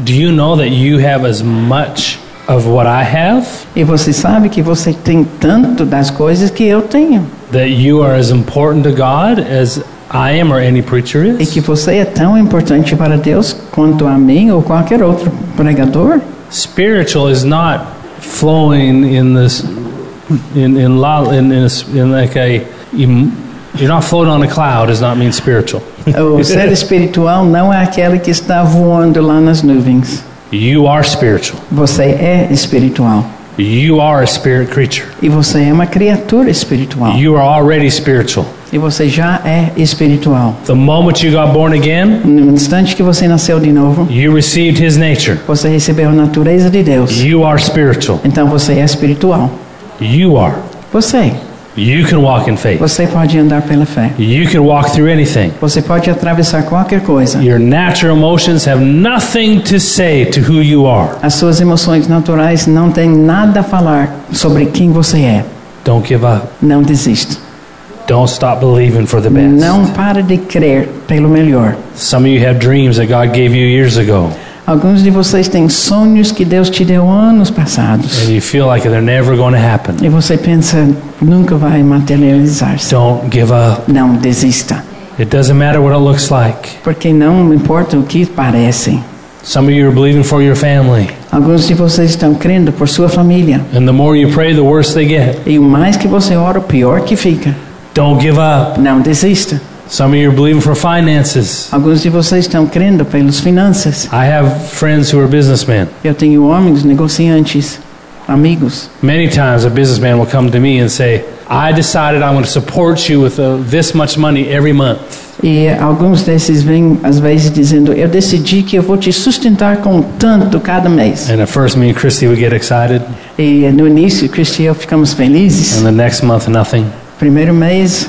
Do you know that you have as much of what I have?
E você sabe que você tem tanto das coisas que eu tenho.
That you are as important to God as I am or any preacher
E que
is?
você é tão importante para Deus quanto a mim ou qualquer outro pregador.
Spiritual is not flowing in this in in la, in, in, a s in like a em- you're not floating on a cloud does not mean spiritual.
O ser espiritual não é aquele que está voando lá nas nuvens.
You are spiritual.
Você é espiritual.
You are a spirit creature.
E você é uma criatura espiritual.
You are already spiritual.
E você já é espiritual.
The moment you got born again,
No instante que você nasceu de novo,
you received his nature.
você recebeu a natureza de Deus.
You are spiritual.
Então você é espiritual.
You are.
Você.
You can walk in faith.
Você pode andar pela fé.
You can walk through anything.
Você pode atravessar qualquer coisa.
Your natural emotions have nothing to say to who you are.
As suas emoções naturais não têm nada a falar sobre quem você é.
Don't give up.
Não desista.
Don't stop believing for the best.
Não para de crer pelo melhor.
Some of you have dreams that God gave you years ago,
Alguns de vocês têm sonhos que Deus te deu anos passados.
and you feel like they're never going to happen.
E você pensa, nunca vai materializar-se.
Don't give up.
Não desista.
It doesn't matter what it looks like.
Porque não importa o que parece.
Some of you are believing for your family,
Alguns de vocês estão crendo por sua família.
and the more you pray, the worse they get.
E o mais que você ora, o pior que fica.
Don't give up.
Não desista.
Some of you are believing for finances.
Alguns de vocês estão crendo pelas finanças.
I have friends who are businessmen.
Eu tenho homens, negociantes, amigos.
Many times a businessman will come to me and say, I decided I'm going to support you with uh, this much money every month.
E alguns desses vêm às vezes dizendo: Eu decidi que eu vou te sustentar com tanto cada mês.
And at first, me and Christy would get excited,
E no início, Cristo e eu ficamos felizes.
and the next month, nothing,
Primeiro mês,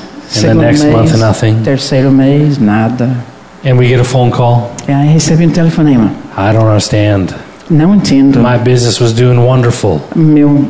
and the
segundo
next month,
mês,
nothing.
terceiro mês, nada.
And we get a phone call.
E aí recebi um telefonema:
I don't understand.
Não entendo.
My business was doing wonderful
Meu,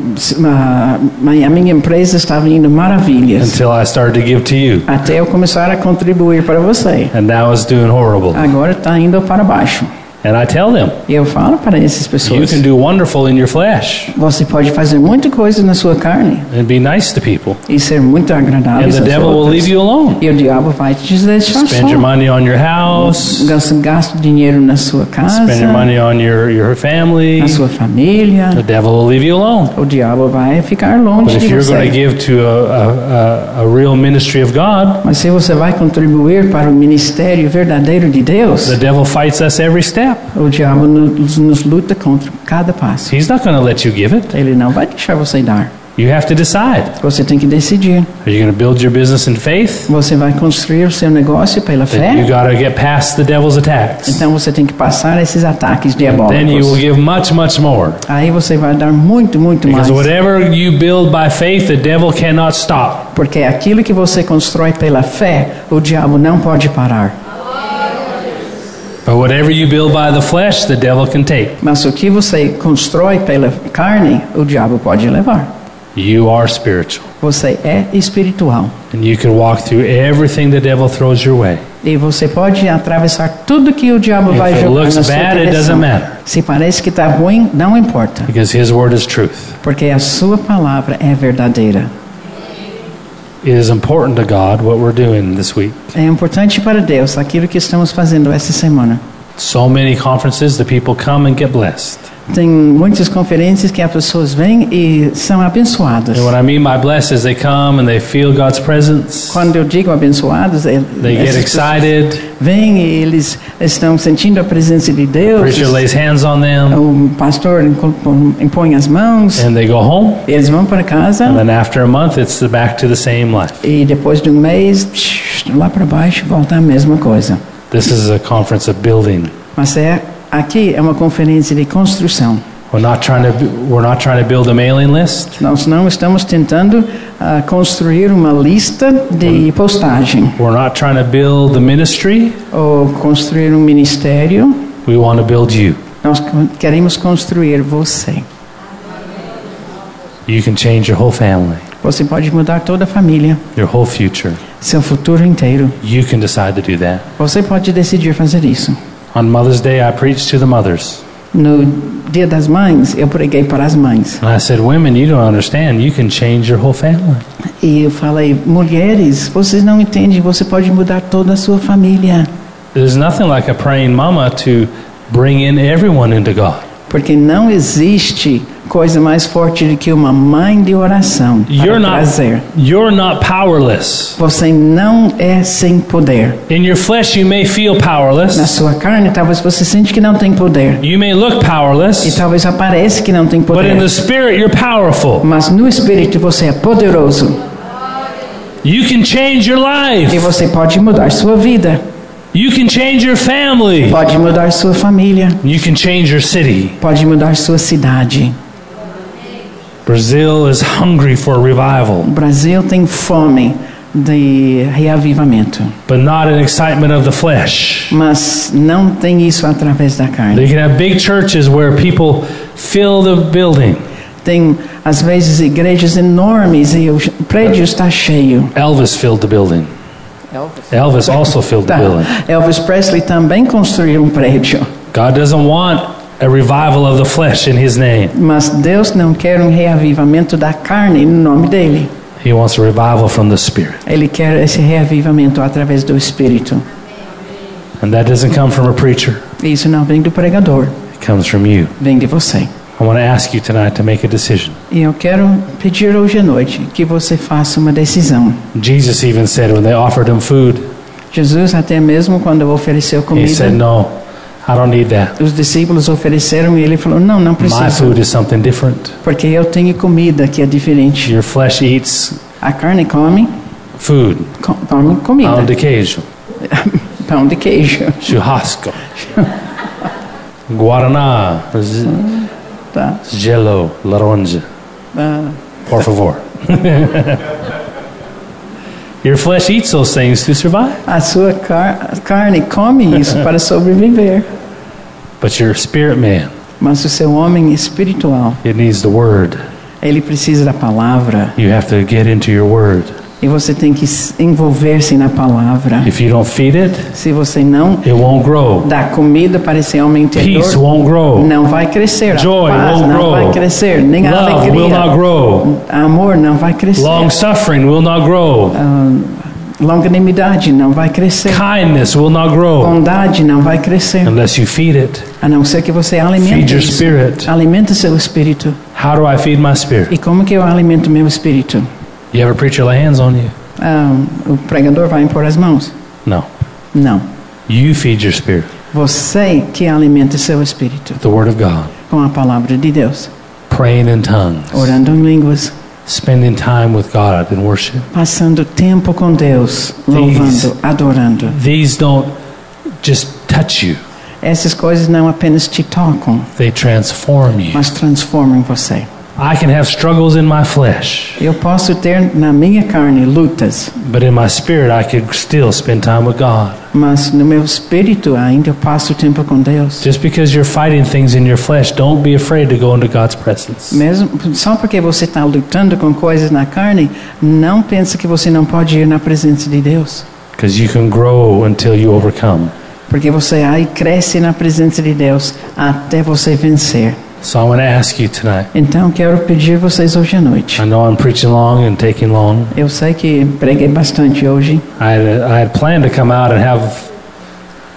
a, a minha empresa estava indo maravilhas.
until I started to give to you,
Até eu começar a contribuir para você.
and now it's doing horrible.
Agora está indo para baixo.
And I tell them,
E eu falo para essas
you
pessoas:
can do wonderful in your flesh
você pode fazer muita coisa na sua carne
and be nice to people,
e ser muito agradável.
and the
aos
devil will
outros.
leave you alone.
E o diabo vai te deixar
Spend your
só.
money on your house,
Gasta, gasta dinheiro na sua casa,
spend your money on your, your family.
na sua família.
The devil will leave you alone.
O diabo vai ficar
But
longe
if
de
you're
você.
going to give to a, a, a, a real ministry of God,
Mas se você vai contribuir para o ministério verdadeiro de Deus,
the devil fights us every step.
o diabo nos, nos luta contra cada passo.
He's not going to let you give it.
Ele não vai deixar você dar.
You have to decide.
Você tem que decidir.
Are you going to build your business in faith?
Você vai construir o seu negócio pela
Then you
fé.
got to get past the devil's attacks.
Então você tem que passar esses ataques
Then you will
diabólicos.
give much, much more.
Aí você vai dar muito, muito mais.
Because whatever you build by faith, the devil cannot stop.
Porque aquilo que você constrói pela fé, o diabo não pode parar.
But whatever you build by the flesh, the devil can take.
Mas o que você constrói pela carne, o diabo pode levar.
You are spiritual.
Você é espiritual.
And you can walk through everything the devil throws your way.
E você pode atravessar tudo que o diabo
If
vai
it
jogar na
looks
sua
bad, it
direção.
doesn't matter.
Se parece que está ruim, não importa,
Because his word is truth.
porque a sua palavra é verdadeira.
It is important to God what we're doing this week.
É importante para Deus aquilo que estamos fazendo essa semana.
So many conferences, the people come and get blessed.
Tem muitas conferências que as pessoas vêm e são abençoadas.
And what I mean by blessed is they come and they feel God's presence.
Quando eu digo abençoados, é,
They get
essas pessoas
excited.
vêm e eles estão sentindo a presença de Deus.
Preacher lays hands on them,
O pastor impõe as mãos,
and they go home.
eles vão para casa.
And then after a month, it's back to the same life.
E depois de um mês, tsh, lá para baixo, volta a mesma coisa.
This is a conference of building.
Mas é, aqui é uma conferência de construção.
We're not trying to. We're not trying to build a mailing list.
Nós não estamos tentando ah, construir uma lista de postagem
We're not trying to build the ministry.
ou construir um ministério.
We want to build you.
Nós co- queremos construir você.
You can change your whole family,
Você pode mudar toda a família,
your whole future.
seu futuro inteiro.
You can decide to do that.
Você pode decidir fazer isso.
On Mother's Day, I preached to the mothers,
No Dia das Mães, eu preguei para as mães.
and I said, "Women, you don't understand. You can change your whole family."
E eu falei, mulheres, vocês não entendem, você pode mudar toda a sua família.
There's nothing like a praying mama to bring in everyone into God.
Porque não existe coisa mais forte do que uma mãe de oração
You're
para
not.
trazer.
You're not powerless.
Você não é sem poder.
In your flesh, you may feel
Na
powerless.
sua carne, talvez você sente que não tem poder.
You may look
E
powerless,
talvez aparece que não tem
but in
poder.
the spirit, you're powerful.
Mas no Espírito você é poderoso.
You can change your
E
life.
você pode mudar sua vida.
You can change your family.
Pode mudar sua família.
You can change your city.
Pode mudar sua cidade.
Brazil is hungry for
O
revival,
Brasil tem fome de reavivamento.
but not an excitement of the flesh.
Mas não tem isso através da carne.
They can have big churches where people fill the building.
Tem, às vezes, igrejas enormes e o prédio está cheio.
Elvis filled the building. Elvis also filled the
Tá.
building.
Elvis Presley também construiu um prédio,
God doesn't want a revival of the flesh in his name.
mas Deus não quer um reavivamento da carne no nome dele.
He wants a revival from the spirit.
Ele quer esse reavivamento através do Espírito.
And that doesn't come from a preacher.
E Isso não vem do pregador,
It comes from you.
vem de você.
I want to ask you tonight to make a decision.
E eu quero pedir hoje à noite que você faça uma decisão.
Jesus even said when they offered him food,
Jesus até mesmo quando ofereceu
he said,
comida,
No, I don't need that.
os discípulos ofereceram e ele falou: "Não, não
My
precisa,
food is something different.
porque eu tenho comida que é diferente.
Your flesh eats
A carne come,
food,
co- come comida,
pound de queijo,
pão de queijo."
churrasco, guaraná, z-
Tá.
gelo, laranja.
Ah,
Por favor. Your flesh eats those things to survive,
A sua car- a carne come isso para sobreviver,
but your spirit man
Mas o seu homem espiritual,
It needs the Word.
ele precisa da palavra.
You have to get into your Word.
E você tem que s- envolver-se na palavra.
If you don't feed it,
Se você não
it won't grow.
dá comida para esse homem
Peace
interior,
won't grow.
não vai crescer. A
Joy
paz
won't
não
grow.
vai crescer. Nem a
Love will not
alegria.
grow.
Amor não vai crescer. Ah,
Long suffering will not grow.
Longanimidade não vai crescer.
Kindness will not grow
Bondade não vai crescer.
unless you feed it.
A não ser que você
Feed
alimente
your
isso.
spirit.
Alimenta seu espírito.
How do I feed my spirit?
E como que eu alimento meu espírito?
You have a preacher lay hands on you?
Ah, o pregador vai impor as mãos?
No.
Não.
You feed your spirit,
Você que alimenta seu espírito
the Word of God,
com a palavra de Deus,
praying in tongues,
orando em línguas,
spending time with God in worship.
passando tempo com Deus, louvando, adorando.
These don't just touch you,
Essas coisas não apenas te tocam,
they transform you.
mas transformam você.
I can have struggles in my flesh,
Eu posso ter na minha carne lutas,
but in my spirit, I could still spend time with God.
mas no meu espírito ainda eu passo tempo com Deus.
Just because you're fighting things in your flesh, don't be afraid to go into God's presence.
Mesmo só porque você está lutando com coisas na carne, não pensa que você não pode ir na presença de Deus,
Because you can grow until you overcome.
porque você aí cresce na presença de Deus até você vencer.
So I want to ask you tonight.
Então quero pedir vocês hoje à noite.
I know I'm preaching long and taking long.
Eu sei que preguei bastante hoje.
I had, I had planned to come out and have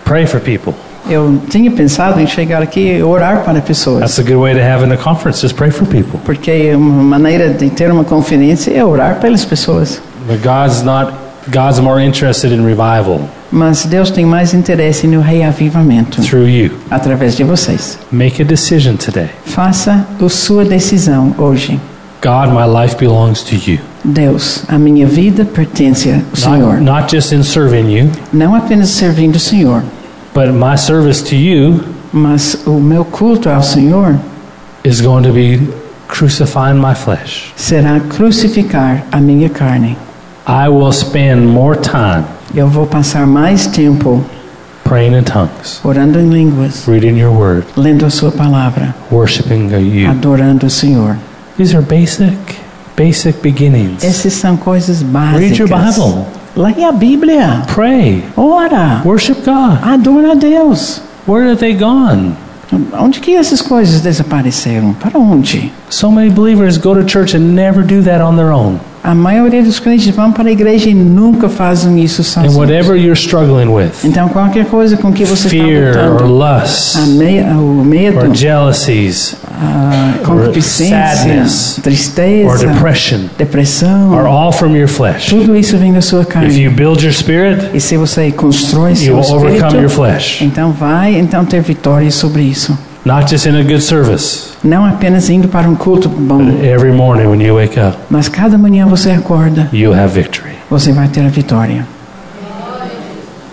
pray for people.
Eu tinha pensado em chegar aqui e orar para pessoas,
That's a good way to have in a conference. Just pray for people.
porque uma maneira de ter uma conferência é orar pelas pessoas.
But God's not. God's more interested in revival
Mas Deus tem mais interesse no reavivamento
through you.
através de vocês.
Make a decision today.
Faça a sua decisão hoje.
God, my life belongs to you.
Deus, a minha vida pertence ao
Not,
Senhor.
not just in serving you,
Não apenas servindo o Senhor,
but my service to you
mas o meu culto ao Senhor
is going to be crucifying my flesh.
será crucificar a minha carne.
I will spend more time
Eu vou passar mais tempo
praying in tongues,
orando em línguas,
reading your word,
lendo a sua palavra,
worshiping you.
adorando o Senhor.
These are basic, basic beginnings.
Essas são coisas
Read your
básicas.
Bible.
Leia a Bíblia.
Pray.
Ora.
Worship God.
Adora a Deus.
Where are they gone?
Onde que essas coisas desapareceram? Para onde?
So many believers go to church and never do that on their own.
A maioria dos crentes vão para a igreja e nunca fazem isso
And
sozinhos.
whatever you're struggling with,
Então, qualquer coisa com que você está
fear or
lutando, a
lust
me, o medo,
or jealousies
a concupiscência,
sadness, or
tristeza,
depression are
depressão,
all from your flesh.
tudo isso vem da sua
If
carne.
you build your spirit,
E se você constrói
you
seu
will overcome your
espírito,
flesh.
então vai então ter vitória sobre isso.
Not just in a good service,
Não apenas indo para um culto
but
bom,
every morning when you wake up,
mas cada manhã você acorda,
you'll have victory.
você vai ter a vitória.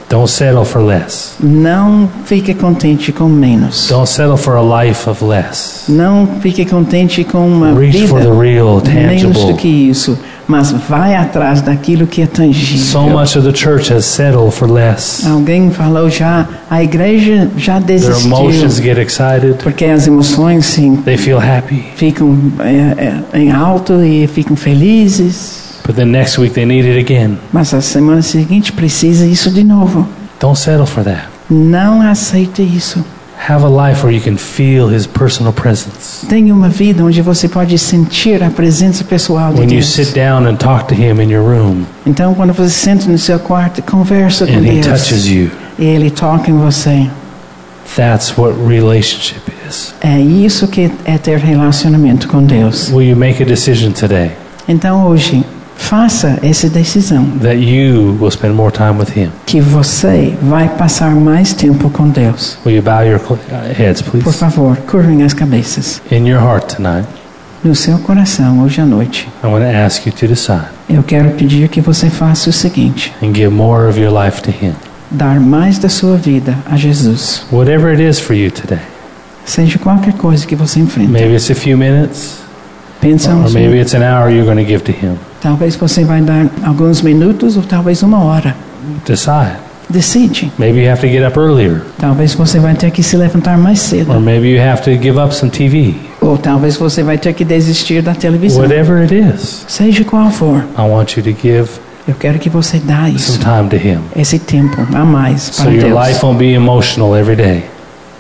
Don't settle for less.
Não fique contente com menos.
Don't settle for a life of less.
Não fique contente com uma
Reach for the
vida
real,
menos do
tangible.
que isso, mas vai atrás daquilo que é
So
tangível.
much of the church has settled for less.
Alguém falou já, a igreja já
Their emotions
desistiu
get excited.
porque as emoções sim
They feel happy.
ficam é, é, em alto e ficam felizes,
But then next week they need it again.
mas a semana seguinte precisa isso de novo.
Don't settle for that.
Não aceite isso.
Have a life where you can feel his personal presence.
Tenha uma vida onde você pode sentir a presença pessoal de
When you
Deus.
sit down and talk to him in your room
Então, quando você senta no seu quarto, conversa com
and he
Deus
touches you,
e Ele toca em você.
that's what relationship is.
É isso que é ter relacionamento com Deus.
Will you make a decision today
Então, hoje, faça essa decisão
that you will spend more time with him?
que você vai passar mais tempo com Deus.
Will you bow your cl- uh, heads,
Por
please?
favor, curvem as cabeças.
In your heart tonight,
No seu coração, hoje à noite,
I want to ask you to decide
eu quero pedir que você faça o seguinte:
and give more of your life to him.
dar mais da sua vida a Jesus.
Whatever it is for you today.
Seja qualquer coisa que você enfrenta.
Maybe it's a few minutes,
Pensa um
or maybe it's an hour you're going to give to him.
Talvez você vai dar alguns minutos ou talvez uma hora.
Decide.
decide.
Maybe you have to get up earlier,
Talvez você vai ter que se levantar mais cedo.
or maybe you have to give up some TV.
Ou talvez você vai ter que desistir da televisão.
Whatever it is,
Seja qual for,
I want you to give
eu quero que você dá isso.
some time to Him.
Esse tempo a mais
So
para
your
Deus.
life won't be emotional every day.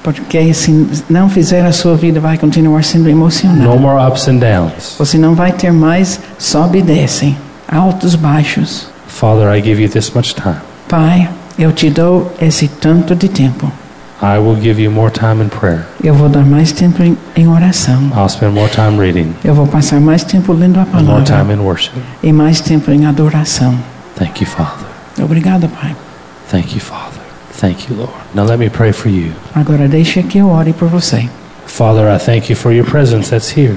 Porque se não fizer, a sua vida vai continuar sendo
No
emocional.
more ups and downs.
Você não vai ter mais sobe e desce, altos, baixos.
Father, I give you this much time.
Pai, eu te dou esse tanto de tempo.
I will give you more time in prayer.
Eu vou dar mais tempo em, em oração.
I'll spend more time reading
Eu vou passar mais tempo lendo a
and more time
palavra
in worship.
e mais tempo em adoração.
Thank you, Father.
Obrigado, Pai.
Thank you, Father. Thank you, Lord. Now let me pray for you.
Agora deixa que eu ore por você.
Father, I thank you for your presence that's here.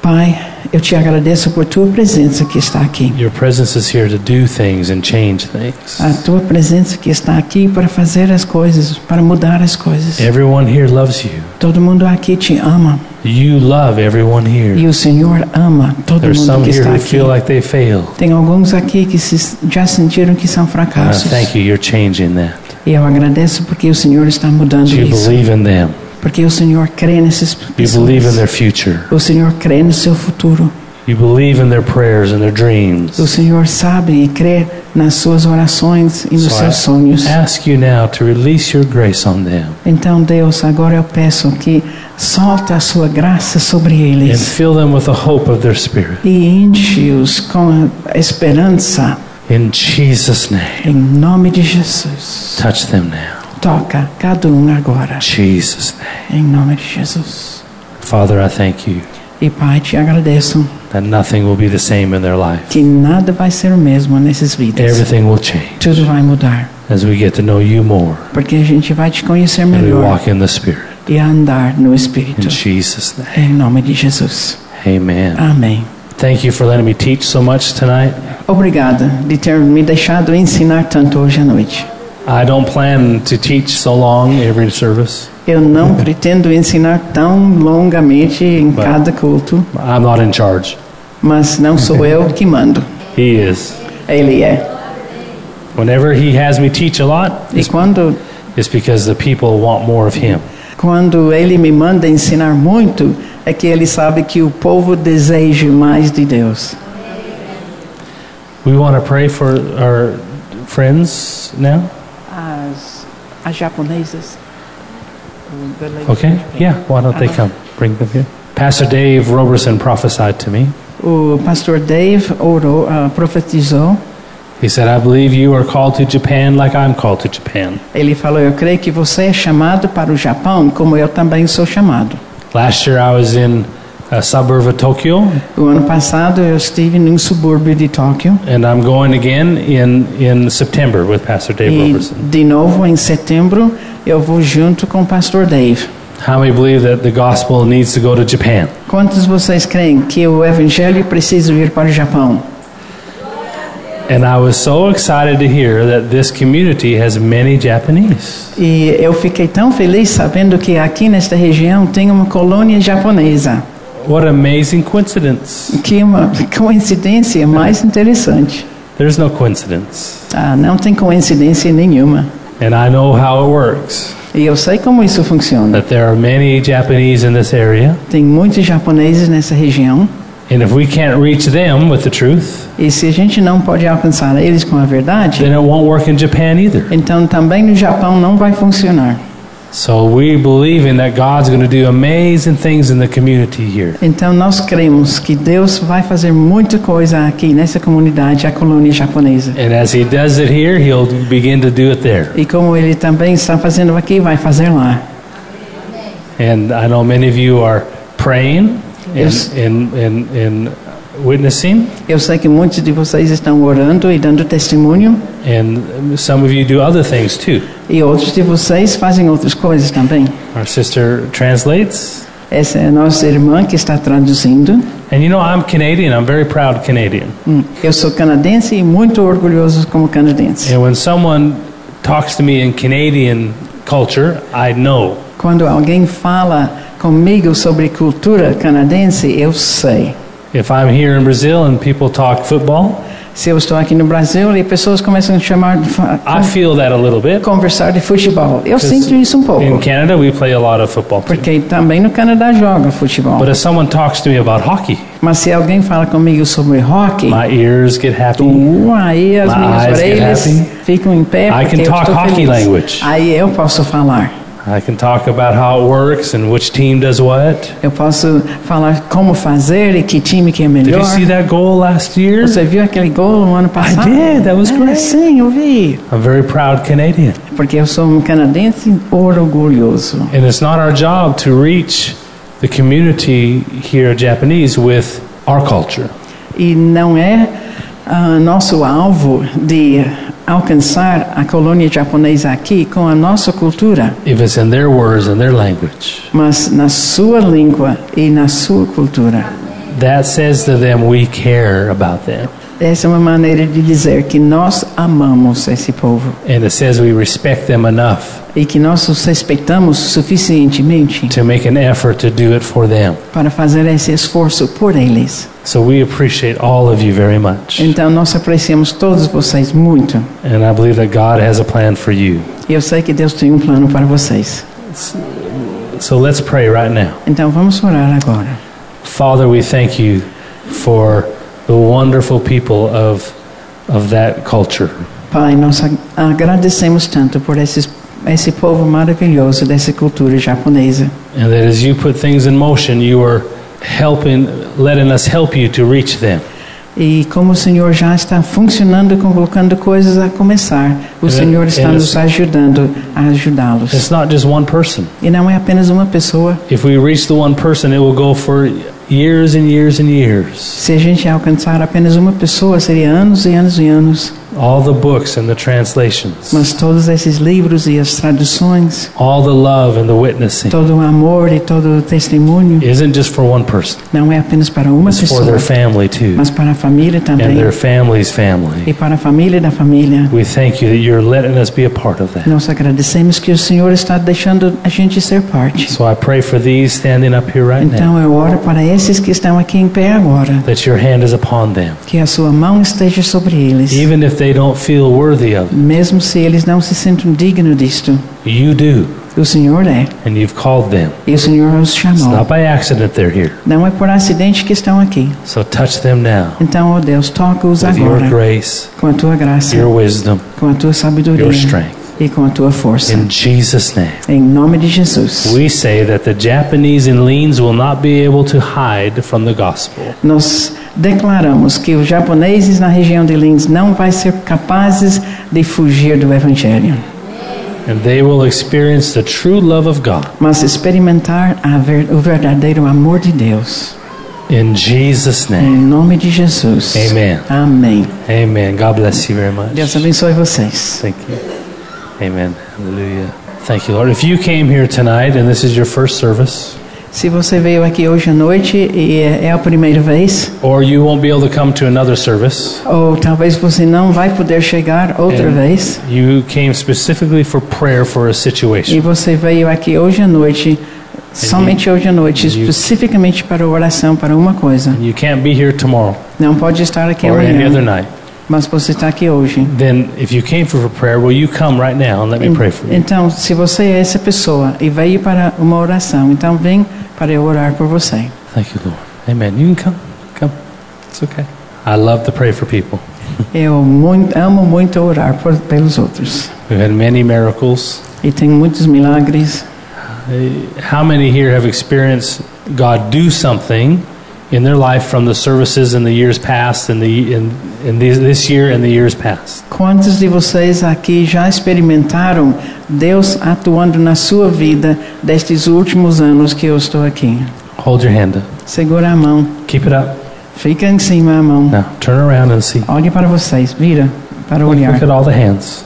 Pai, eu te agradeço por tua presença que está aqui.
Your presence is here to do things and change things.
A tua presença que está aqui para fazer as coisas, para mudar as coisas.
Everyone here loves you.
Todo mundo aqui te ama
You love everyone
e
here.
o Senhor ama todo
There's some
mundo que
here
está
who
aqui.
feel like they failed.
Tem alguns aqui que se, já sentiram que são
And I
fracassos.
Uh, Ah, thank you, you're changing that.
E eu agradeço porque o Senhor está mudando
You
isso.
believe in them.
Porque o Senhor crê nesses
You
pessoas.
believe in their future.
O Senhor crê no seu futuro.
You believe in their prayers and their
O
dreams.
Senhor sabe e crê nas suas orações e nos
So I
seus sonhos.
ask you now to release your grace on them
Então, Deus, agora eu peço que solta a sua graça sobre
and
eles
fill them with the hope of their spirit.
e enche-os com a esperança
In Jesus' name,
em nome de Jesus.
touch them now.
Toca cada um agora
Jesus' name.
em nome de Jesus.
Father, I thank you
E Pai, te agradeço
that nothing will be the same in their life.
que nada vai ser o mesmo nesses vidas.
Everything will change
Tudo vai mudar.
as we get to know you more
Porque a gente vai te conhecer
and we
melhor
walk in the Spirit.
e andar no
In
Espírito.
Jesus' name,
Em nome de Jesus.
amen.
Amém.
Thank you for letting me teach so much tonight.
Obrigada de ter me deixado ensinar tanto hoje à noite.
I don't plan to teach so long every service.
Eu não pretendo ensinar tão longamente em
Vai.
cada culto,
I'm not in charge.
mas não sou eu que mando.
He is.
Ele é.
Whenever he has me teach a lot,
E quando
it's because the people want more of him.
quando ele me manda ensinar muito, é que ele sabe que o povo deseja mais de Deus.
We want to pray for our friends now.
As, as japonesas.
Okay? Yeah. Why don't they come? Bring them here. Pastor Dave Roberson prophesied to me.
O pastor Dave orou, ah, profetizou.
He said, I believe you are called to Japan like I'm called to Japan.
Ele falou: Eu creio que você é chamado para o Japão, como eu também sou chamado.
Last year I was in a suburb of Tokyo,
O ano passado eu estive num subúrbio de Tóquio
and I'm going again in, in September with Pastor Dave
e
Roberson.
de novo em setembro eu vou junto com o pastor Dave.
How many believe that the gospel needs to go to Japan?
Quantos de vocês creem que o evangelho precisa ir para o Japão?
And I was so excited to hear that this community has many Japanese.
E eu fiquei tão feliz sabendo que aqui nesta região tem uma colônia japonesa.
What amazing coincidence.
Que uma coincidência mais interessante.
There's no coincidence.
Ah, não tem coincidência nenhuma.
And I know how it works.
E eu sei como isso funciona.
That there are many Japanese in this area.
Tem muitos japoneses nessa região.
And if we can't reach them with the truth,
E se a gente não pode alcançar eles com a verdade,
then it won't work in Japan either.
então também no Japão não vai funcionar.
So we believe in that God's going to do amazing things in the community here.
Então nós cremos que Deus vai fazer muita coisa aqui nessa comunidade, a colônia japonesa.
And as He does it here, He'll begin to do it there.
E como ele também está fazendo aqui, vai fazer lá.
And I know many of you are praying and,
Yes.
and, and, and witnessing,
Eu sei que muitos de vocês estão orando e dando testemunho,
and some of you do other things too.
e outros de vocês fazem outras coisas também.
Our sister translates.
Essa é a nossa irmã que está traduzindo.
And you know, I'm Canadian. I'm very proud Canadian.
Hum, Eu sou canadense e muito orgulhoso como canadense.
And when someone talks to me in Canadian culture, I know.
Quando alguém fala comigo sobre cultura canadense, eu sei.
If I'm here in Brazil and people talk football,
Se eu estou aqui no Brasil e pessoas começam a chamar, fa-
I feel that a little bit.
conversar de futebol. Eu
Because
sinto isso um
In
pouco,
Canada, we play a lot of football. too.
porque também no Canadá joga futebol.
But if someone talks to me about hockey,
Mas se alguém fala comigo sobre hockey,
my ears get happy.
uh, aí as
My
minhas
eyes get
orelhas
happy.
ficam em pé.
é assim. I
porque
can
eu
talk
estou
hockey
feliz.
language.
Aí eu posso falar.
I can talk about how it works and which team does what.
Eu posso falar como fazer e que time que é
Did
melhor.
you see that goal last year?
Você viu aquele gol no ano passado?
did, that was
É,
great.
sim, eu vi.
I'm very proud Canadian.
Porque eu sou um canadense orgulhoso.
And it's not our job to reach the community here, Japanese, with our culture.
E não é ah, nosso alvo de alcançar a colônia japonesa aqui com a nossa cultura,
If it's in their words and their language,
mas na sua língua e na sua cultura.
that says to them, we care about them.
Essa é uma maneira de dizer que nós amamos esse povo
And it says we respect them enough
e que nós os respeitamos suficientemente
to make an effort to do it for them.
para fazer esse esforço por eles.
So we appreciate all of you very much.
Então nós apreciamos todos vocês muito.
And I believe that God has a plan for you.
E eu sei que Deus tem um plano para vocês.
So let's pray right now.
Então vamos orar agora.
Father, we thank you for the wonderful people of, of that culture.
Pai, nós ag- agradecemos tanto por esses, esse povo maravilhoso dessa cultura japonesa.
And that as you put things in motion, you are helping, letting us help you to reach them.
E como o Senhor já está funcionando, colocando coisas a começar, o
É,
Senhor está
é
nos
isso.
ajudando a ajudá-los.
It's not just one person.
E não é apenas uma pessoa.
If we reach the one person, it will go for years and years and years.
Se a gente alcançar apenas uma pessoa, seria anos e anos e anos.
All the books and the translations,
Mas todos esses livros e as traduções,
all the love and the witnessing
todo o amor e todo o testemunho,
isn't just for one person,
não é apenas para uma
it's for their
pessoa,
family too,
mas para a família
and
também
their family's family.
e para a família da família.
We thank you that you're letting us be a part of that.
Nós agradecemos que o Senhor está deixando a gente ser parte.
So I pray for these standing up here right now,
Então eu oro para esses que estão aqui em pé agora,
that your hand is upon them,
que a sua mão esteja sobre eles.
even if they don't feel worthy of it.
Mesmo se eles não se sintam dignos disto,
You do.
o Senhor é,
and you've called them.
e o Senhor os
It's
chamou.
not by accident they're here.
Não é por acidente que estão aqui.
So touch them now
Então, ó Deus, toca-os
with your
agora
grace,
com a tua graça,
your wisdom,
com a tua sabedoria
your strength.
e com a tua força.
In Jesus' name.
Em nome de Jesus.
We say that the Japanese in Leans will not be able to hide from the gospel.
Nós declaramos que os japoneses na região de Linz não vai ser capazes de fugir do evangelho,
And they will experience the true love of God.
mas experimentar a ver, o verdadeiro amor de Deus.
In Jesus'
Em
name.
nome de Jesus.
Amen.
Amém.
Amen. God bless you very much.
Deus abençoe vocês.
Thank you. Amen. Hallelujah. Thank you, Lord. If you came here tonight and this is your first service,
Se você veio aqui hoje à noite e é é a primeira vez,
or you won't be able to come to another service,
ou talvez você não vai poder chegar outra
É.
vez,
You came specifically for prayer for a
e
situation.
você veio aqui hoje à noite, somente hoje à noite,
you-
especificamente para oração, para uma coisa.
And you can't be here tomorrow
Não pode estar aqui
or any other
amanhã,
night.
mas você está aqui hoje.
Then, if you came for prayer, will you come right now and let me pray for you?
Então, se você é essa pessoa e veio para uma oração, então vem para eu orar por você.
Thank you, Lord. Amen. You can come. Come. It's okay. I love to pray for people.
Eu muito, amo muito orar por, pelos outros.
We've had many miracles.
E tem muitos milagres.
Uh, How many here have experienced God do something in their life from the services in the years past and the in, in these, this year and the years past?
Quantos de vocês aqui já experimentaram Deus atuando na sua vida destes últimos anos que eu estou aqui?
Hold your hand up.
Segura a mão,
Keep it up.
fica em cima a mão.
Now turn around and see.
Olhe para vocês, vira para
Look
olhar.
at all the hands.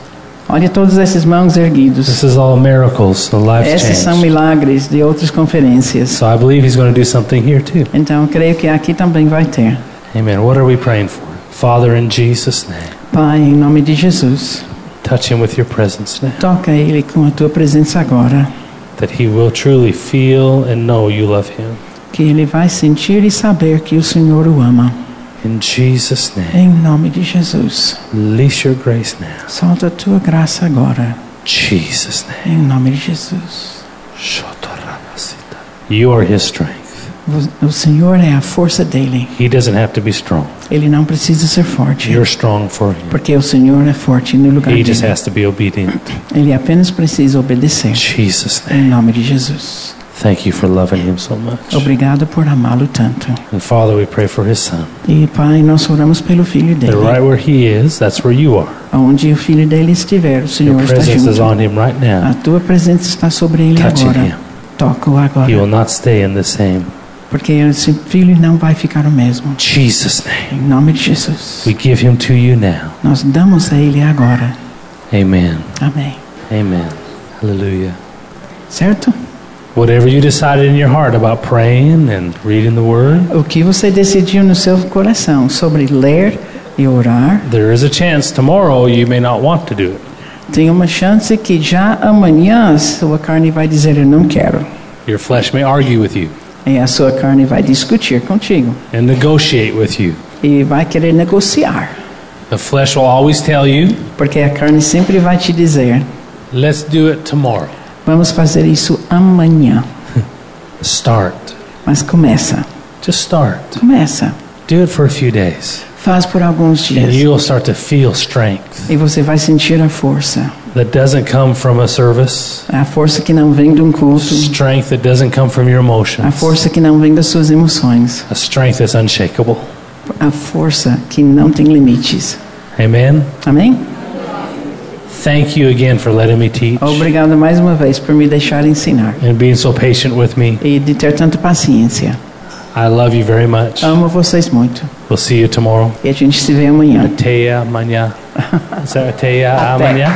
Olhe todas essas mãos erguidas.
This is all miracles, the life
Esses são
change.
milagres de outras conferências.
So I believe he's going to do something here too.
Então, creio que aqui também vai ter.
Amen. What are we praying for? Father, in Jesus' name,
Pai, em nome de Jesus,
touch him with your presence now,
toca ele com a tua presença agora,
that he will truly feel and know you love him.
que ele vai sentir e saber que o Senhor o ama.
In Jesus' name,
Em nome de Jesus.
release your grace now.
Solta a tua graça agora.
Jesus' name.
Em nome de Jesus.
Shotoramasita. You are his strength.
O Senhor é a força dele.
He doesn't have to be strong.
Ele não precisa ser forte.
You're strong for him.
Porque o Senhor é forte no lugar
He just
dele.
has to be obedient.
Ele apenas precisa obedecer.
Jesus' name.
Em nome de Jesus.
Thank you for loving him so much.
Obrigado por amá-lo tanto.
And Father, we pray for his son.
E Pai, nós oramos pelo filho
That
dele.
right where he is, that's where you are.
Onde o filho dele estiver, o
Your
Senhor está
presence is
junto.
on him right
A
now,
tua presença está sobre ele
touching
agora.
him.
Toca-o
He will
agora.
not stay in the same.
Porque esse filho não vai ficar o mesmo.
Jesus' name.
Em nome de Jesus.
We give him to you now.
Nós damos a ele agora.
Amen.
Amém.
Amen. Hallelujah.
Certo?
Whatever you decided in your heart about praying and reading the word,
O que você decidiu no seu coração sobre ler e orar,
there is a chance tomorrow you may not want to do it.
tem uma chance que já amanhã a sua carne vai dizer eu não quero.
Your flesh may argue with you
E a sua carne vai discutir contigo
and negotiate with you.
e vai querer negociar,
The flesh will always tell you,
porque a carne sempre vai te dizer
let's do it tomorrow.
vamos fazer isso amanhã.
Start.
Mas começa,
Just start.
começa,
Do it for a few days.
faz por alguns
And
dias
you'll start to feel strength
e você vai sentir a força,
that doesn't come from a service,
a força que não vem de um culto,
strength that doesn't come from your
a
emotions,
força que não vem das suas emoções,
a strength that's unshakable.
a força que não tem limites.
Amen.
Amém?
Thank you again for letting me teach
Obrigado mais uma vez por me deixar ensinar
and being so patient with me.
e de ter tanta paciência.
I love you very much.
Amo vocês muito
We'll see you tomorrow.
e a gente se vê amanhã.
Até amanhã. Is that até amanhã?